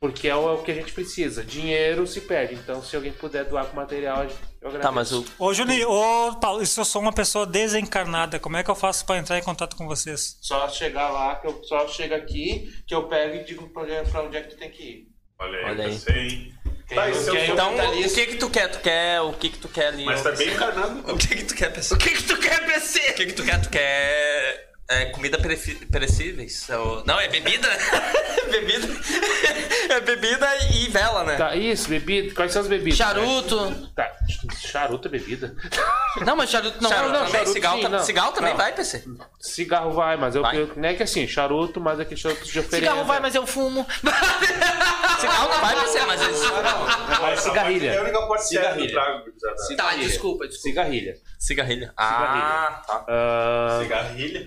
S6: porque é o, é o que a gente precisa. Dinheiro se perde, então se alguém puder doar com material, eu agradeço.
S5: Tá, mas o.
S4: Ô, Juninho, ô, Paulo, e se eu sou uma pessoa desencarnada, como é que eu faço pra entrar em contato com vocês?
S6: Só chegar lá, que eu só chega aqui, que eu pego e digo pra onde, pra onde é que tu tem que ir.
S2: Olha aí,
S5: Olha aí.
S2: PC, hein? Tá,
S6: eu-
S2: esse é
S6: quem-
S2: o
S5: Então,
S2: seu-
S5: o que que tu quer? Tu quer o que que tu quer ali?
S2: Mas tá bem encarnado.
S5: O que que tu quer, pessoal?
S9: O que que tu quer, PC? O que que tu quer? Tu quer... É, comida pereci- perecíveis? Ou- Não, é bebida? <laughs> bebida? é bebida e vela, né?
S6: Tá, isso, bebida. Quais são as bebidas?
S3: Charuto.
S6: Tá, Charuto é bebida.
S3: Não, mas charuto não.
S5: Charuto
S3: não,
S5: também,
S6: charuto
S5: cigarro,
S6: sim,
S5: tam-
S6: não.
S5: cigarro também
S6: Não.
S5: vai, PC.
S6: Cigarro vai, mas eu,
S5: Vai.
S6: eu- não é que assim, charuto, mas é que charuto de oferenda.
S3: Cigarro vai, mas eu fumo.
S5: <laughs> Cigarro não vai, PC, mas é eles...
S2: <laughs>
S6: Mas cigarrilha.
S2: É a única parte certa do
S6: Cigarrilha.
S2: trago, gurizada.
S3: tá, desculpa, desculpa.
S6: Cigarrilha.
S5: Cigarrilha. Ah, tá.
S6: Ah,
S2: Cigarrilha?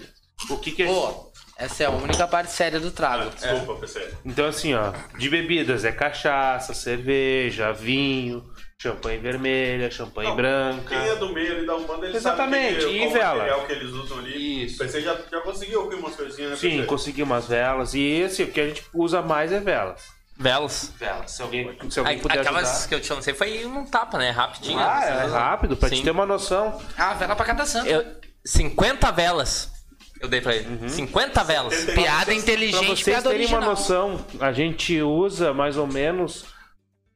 S6: o que que é...
S3: Boa. Essa é a única parte séria do trago.
S2: Desculpa, PC.
S6: Então assim, ó, de bebidas é cachaça, cerveja, vinho, champanhe vermelha, champanhe
S2: Não,
S6: branca.
S2: Quem é do meio ali da Umbanda, ele
S6: Exatamente,
S2: sabe que,
S6: e
S2: qual
S6: vela?
S2: material que eles usam ali.
S6: Isso.
S2: O PC já, já conseguiu ouvir umas coisinhas, né,
S6: Sim,
S2: PC?
S6: consegui umas velas. E assim, o que a gente usa mais é velas.
S5: Velas.
S6: Velas, se alguém, se alguém puder
S5: Aquelas
S6: ajudar.
S5: que eu te lancei foi um tapa, né? Rapidinho.
S6: Ah,
S5: Essas
S6: é
S5: velas-
S6: rápido, pra
S5: Sim.
S6: te ter uma noção.
S3: Ah, vela pra cada santo.
S5: Eu, 50 velas eu dei pra ele. 50 velas.
S3: Piada
S6: Pra
S3: inteligente,
S6: vocês
S3: piada
S6: terem
S3: original.
S6: uma noção, a gente usa mais ou menos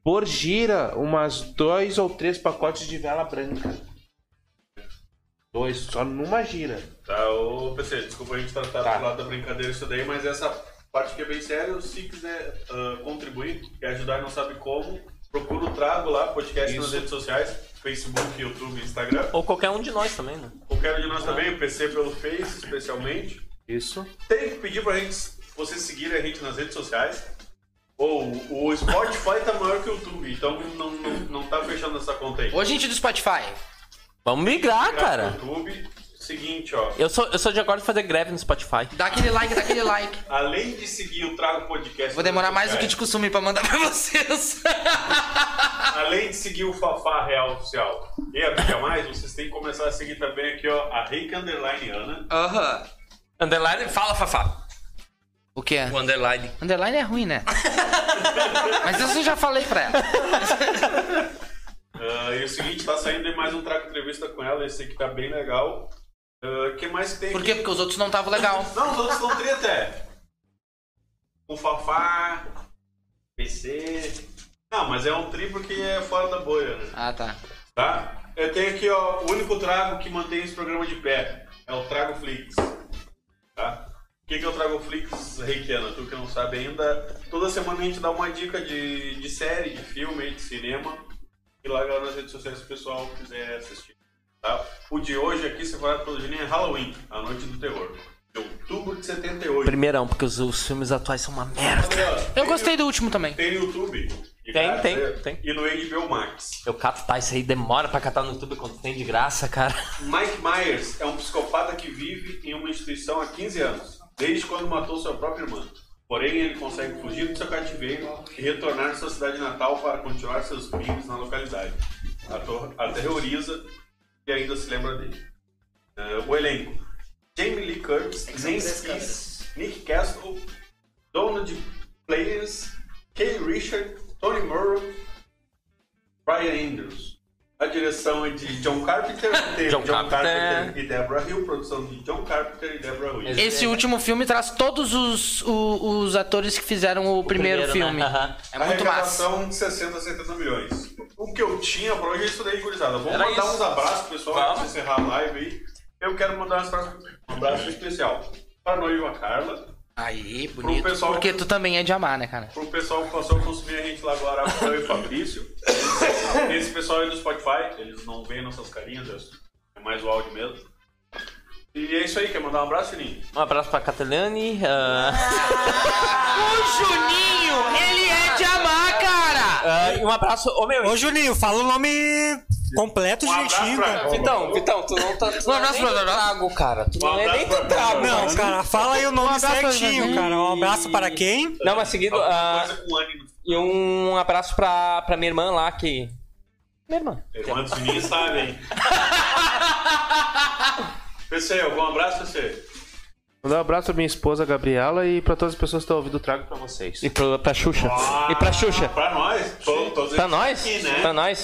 S6: por gira umas dois ou três pacotes de vela branca. Dois, só numa gira.
S2: Tá, ô PC, desculpa a gente tratar
S6: Tá.
S2: do lado da brincadeira isso daí, mas essa parte que é bem séria, se quiser ah, contribuir, quer ajudar e não sabe como, procura o Trago lá, podcast nas
S6: Isso.
S2: redes sociais, Facebook, YouTube, Instagram.
S5: Ou qualquer um de nós também, né?
S2: Qualquer um de nós também, o PC pelo Face, especialmente.
S6: Isso.
S2: Tem que pedir pra gente, vocês seguirem a gente nas redes sociais. Ou o Spotify tá maior que o YouTube, então não, não, não tá fechando essa conta aí.
S3: Ô, gente do Spotify.
S5: Vamos migrar,
S2: Obrigado,
S5: cara.
S2: YouTube, seguinte, ó.
S5: Eu sou, eu sou de agora de fazer greve no Spotify.
S3: Dá aquele like, dá aquele like.
S2: Além de seguir o Trago Podcast.
S3: Vou demorar
S2: nas
S3: mais do que
S2: redes
S3: de costume pra mandar pra vocês.
S2: Além de seguir o Fafá Real Oficial e a Bica Mais, vocês têm que começar a seguir também aqui, ó, a Rick Underline Ana.
S3: Aham.
S5: Underline, fala, Fafá.
S3: O que é?
S5: O underline.
S3: Underline é
S5: <laughs>
S3: ruim, né? Mas isso eu já falei pra ela.
S2: Ah, e o seguinte, tá saindo aí mais um trago entrevista com ela, esse aqui tá bem legal. O que mais que tem?
S3: Por
S2: aqui?
S3: quê? Porque os outros não estavam legal.
S2: Não, os outros estão tri até. Com Fafá, PC. Não, mas é um tri porque é fora da bolha, né?
S3: Ah, tá.
S2: Tá? Eu tenho aqui, ó, o único trago que mantém esse programa de pé. É o Trago Flix. Tá? O que, que é o Trago Flix, Reikiana? Tu que não sabe ainda, toda semana a gente dá uma dica de, de série, de filme, de cinema. E larga lá nas redes sociais se o pessoal quiser assistir. Tá? O de hoje aqui, separado pelo Juninho, é Halloween, A Noite do Terror. De outubro de 78.
S5: Primeirão, porque os, os filmes atuais são uma merda.
S3: Eu gostei do último também.
S2: Tem no YouTube. de
S5: Tem,
S2: graça,
S5: tem,
S2: né?
S5: tem.
S2: E no HBO Max.
S5: Eu cato, tá? Isso aí demora pra catar no YouTube quando tem de graça, cara.
S2: Mike Myers é um psicopata que vive em uma instituição há 15 anos, desde quando matou sua própria irmã. Porém, ele consegue fugir do seu cativeiro e retornar à sua cidade natal para continuar seus crimes na localidade. A, tor- a terroriza e ainda se lembra dele. Eh, o elenco: Jamie Lee Curtis, Nancy Kiss, Nick Castle, Donald Players, Kay Richard, Tony Murrow, Brian Andrews. A direção é de John Carpenter,
S5: <laughs>
S2: de
S5: John Carpenter.
S2: e Deborah Hill, produção de John Carpenter e Deborah Hill.
S3: Esse último filme traz todos os, o- os atores que fizeram o, primeiro, filme.
S5: né? Aham.
S3: É muito massa.
S2: Arrecadação de 60 a 70 milhões. O que eu tinha pra hoje é isso daí, gurizada. Vamos
S5: Era
S2: mandar
S5: isso.
S2: uns abraços pro pessoal
S5: Vamos.
S2: antes de encerrar a live aí. Eu quero mandar um abraço, um abraço especial pra noiva Carla,
S3: Aí, bonito.
S2: pessoal-
S3: Porque tu também é de amar, né, cara?
S2: pro pessoal que passou a consumir a gente lá agora, eu e Fabrício. Esse pessoal aí do Spotify, eles não veem nossas carinhas, é mais o áudio mesmo. E é isso aí, quer mandar um abraço, Fininho?
S5: Um abraço pra Catalane. ah,
S3: O Juninho, ele é de amar, cara!
S5: ah, e um abraço. Ô meu.
S4: Ô, Juninho, fala o nome completo
S2: Um abraço
S4: direitinho,
S2: pra
S4: cara.
S2: Carla.
S5: Vitão, Vitão, tu <laughs> não tá. Tu
S3: Um abraço
S5: não é nem
S3: pra
S5: do
S3: nós.
S5: trago, cara. Tu
S2: Um
S5: não é
S2: abraço
S5: nem
S2: pra
S5: do trago.
S2: nós.
S4: Não, cara, fala aí o
S2: Um
S4: nome certinho, cara. Um abraço para quem?
S5: Não, mas seguido. ah,
S2: Coisa com ânimo.
S5: e um abraço pra, pra minha irmã lá que. Minha irmã.
S2: Irmã do Fininho sabe, hein? PC, algum abraço, PC?
S6: Mandar um abraço pra minha esposa, Gabriela, e pra todas as pessoas que estão ouvindo, trago pra vocês.
S5: E pra, pra Xuxa. e pra Xuxa.
S2: Pra nós? Tô, tô
S5: Pra nós?
S2: Aqui, né?
S5: Pra nós.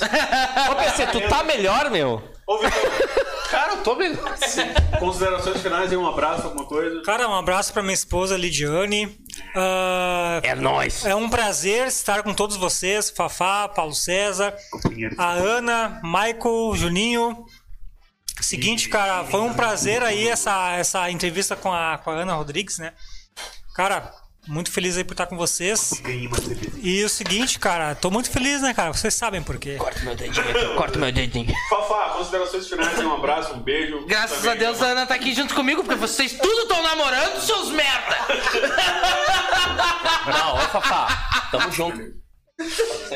S5: Ô, PC, tu tá melhor, meu?
S2: Ô, Vitor, Cara, eu tô melhor. Considerações finais e um abraço, alguma coisa?
S4: Cara, um abraço para minha esposa, Lidiane. Ah,
S5: É nós.
S4: É um prazer estar com todos vocês, Fafá, Paulo César, a Ana, Michael, Juninho. Seguinte, cara,
S10: tá
S4: foi um prazer aí essa, essa entrevista com a, com a Ana Rodrigues, né? Cara, Muito feliz aí por estar com vocês.
S10: Ganhei uma cerveja.
S4: E o seguinte, cara, tô muito feliz, né, cara? Vocês sabem por quê.
S5: Corta meu dedinho aqui, corta meu dedinho.
S2: Fafá, considerações finais, um abraço, um beijo.
S3: Graças
S2: Também,
S3: a Deus a Ana tá aqui junto comigo, porque vocês tudo estão namorando, seus merda!
S8: Não, ô Fafá, tamo junto.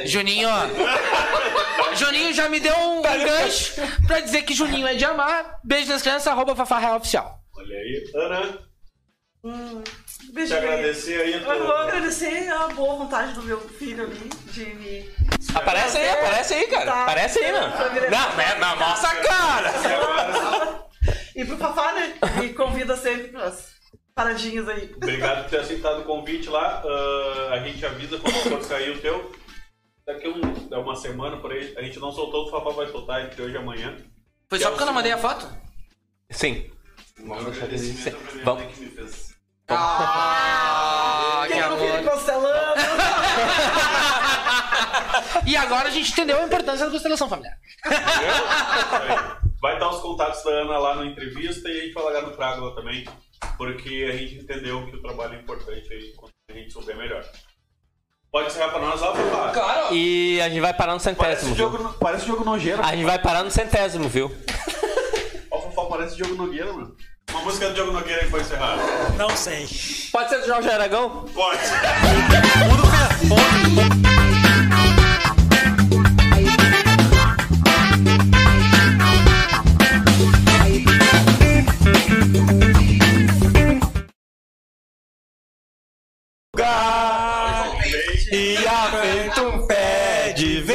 S3: Juninho, ó. Juninho já me deu um gancho pra dizer que Juninho é de amar. Beijo nas crianças, arroba Fafá Real Oficial.
S2: Olha aí, Ana, te
S7: Beijo, beijo.
S2: agradecer aí.
S7: Eu vou
S2: tu-
S7: agradecer a boa vontade do meu filho ali de me.
S8: Aparece aí, aparece aí,
S7: Tá.
S8: cara. Aparece aí, mano. Não,
S5: É,
S8: né? Na nossa cara.
S2: E agora,
S7: E pro papai, né? Me convida sempre pras paradinhas aí.
S2: Obrigado por ter aceitado o convite lá. Ah, a gente avisa quando for sair o teu. Daqui um, uma semana por aí. A gente não soltou, o Fafá vai soltar entre hoje e amanhã. é
S3: Foi só porque eu não mandei a foto?
S8: Sim.
S2: Um agradecimento pra minha
S8: Vamos.
S2: mãe que me fez.
S3: Ah, que
S7: Quem não filho
S3: amor.
S7: constelando?
S3: E agora a gente entendeu a importância da constelação familiar.
S2: Vai estar os contatos da Ana lá na entrevista e a gente vai largar no trago lá também, porque a gente entendeu que o trabalho é importante aí quando a gente souber melhor. Pode encerrar pra nós lá, Fafá?
S3: Claro.
S8: E a gente vai parar no
S10: Parece
S8: centésimo, viu?
S10: jogo, parece jogo nojeiro.
S8: A gente vai parar no centésimo, viu?
S2: Ó, o Fafá parece Diogo Nogueira, mano. Uma música do Diogo Nogueira aí pra encerrar.
S4: Não sei.
S8: Pode ser do Jorge Aragão?
S2: Pode! <laughs>
S4: Mundo telefone.
S10: E aumenta um pé de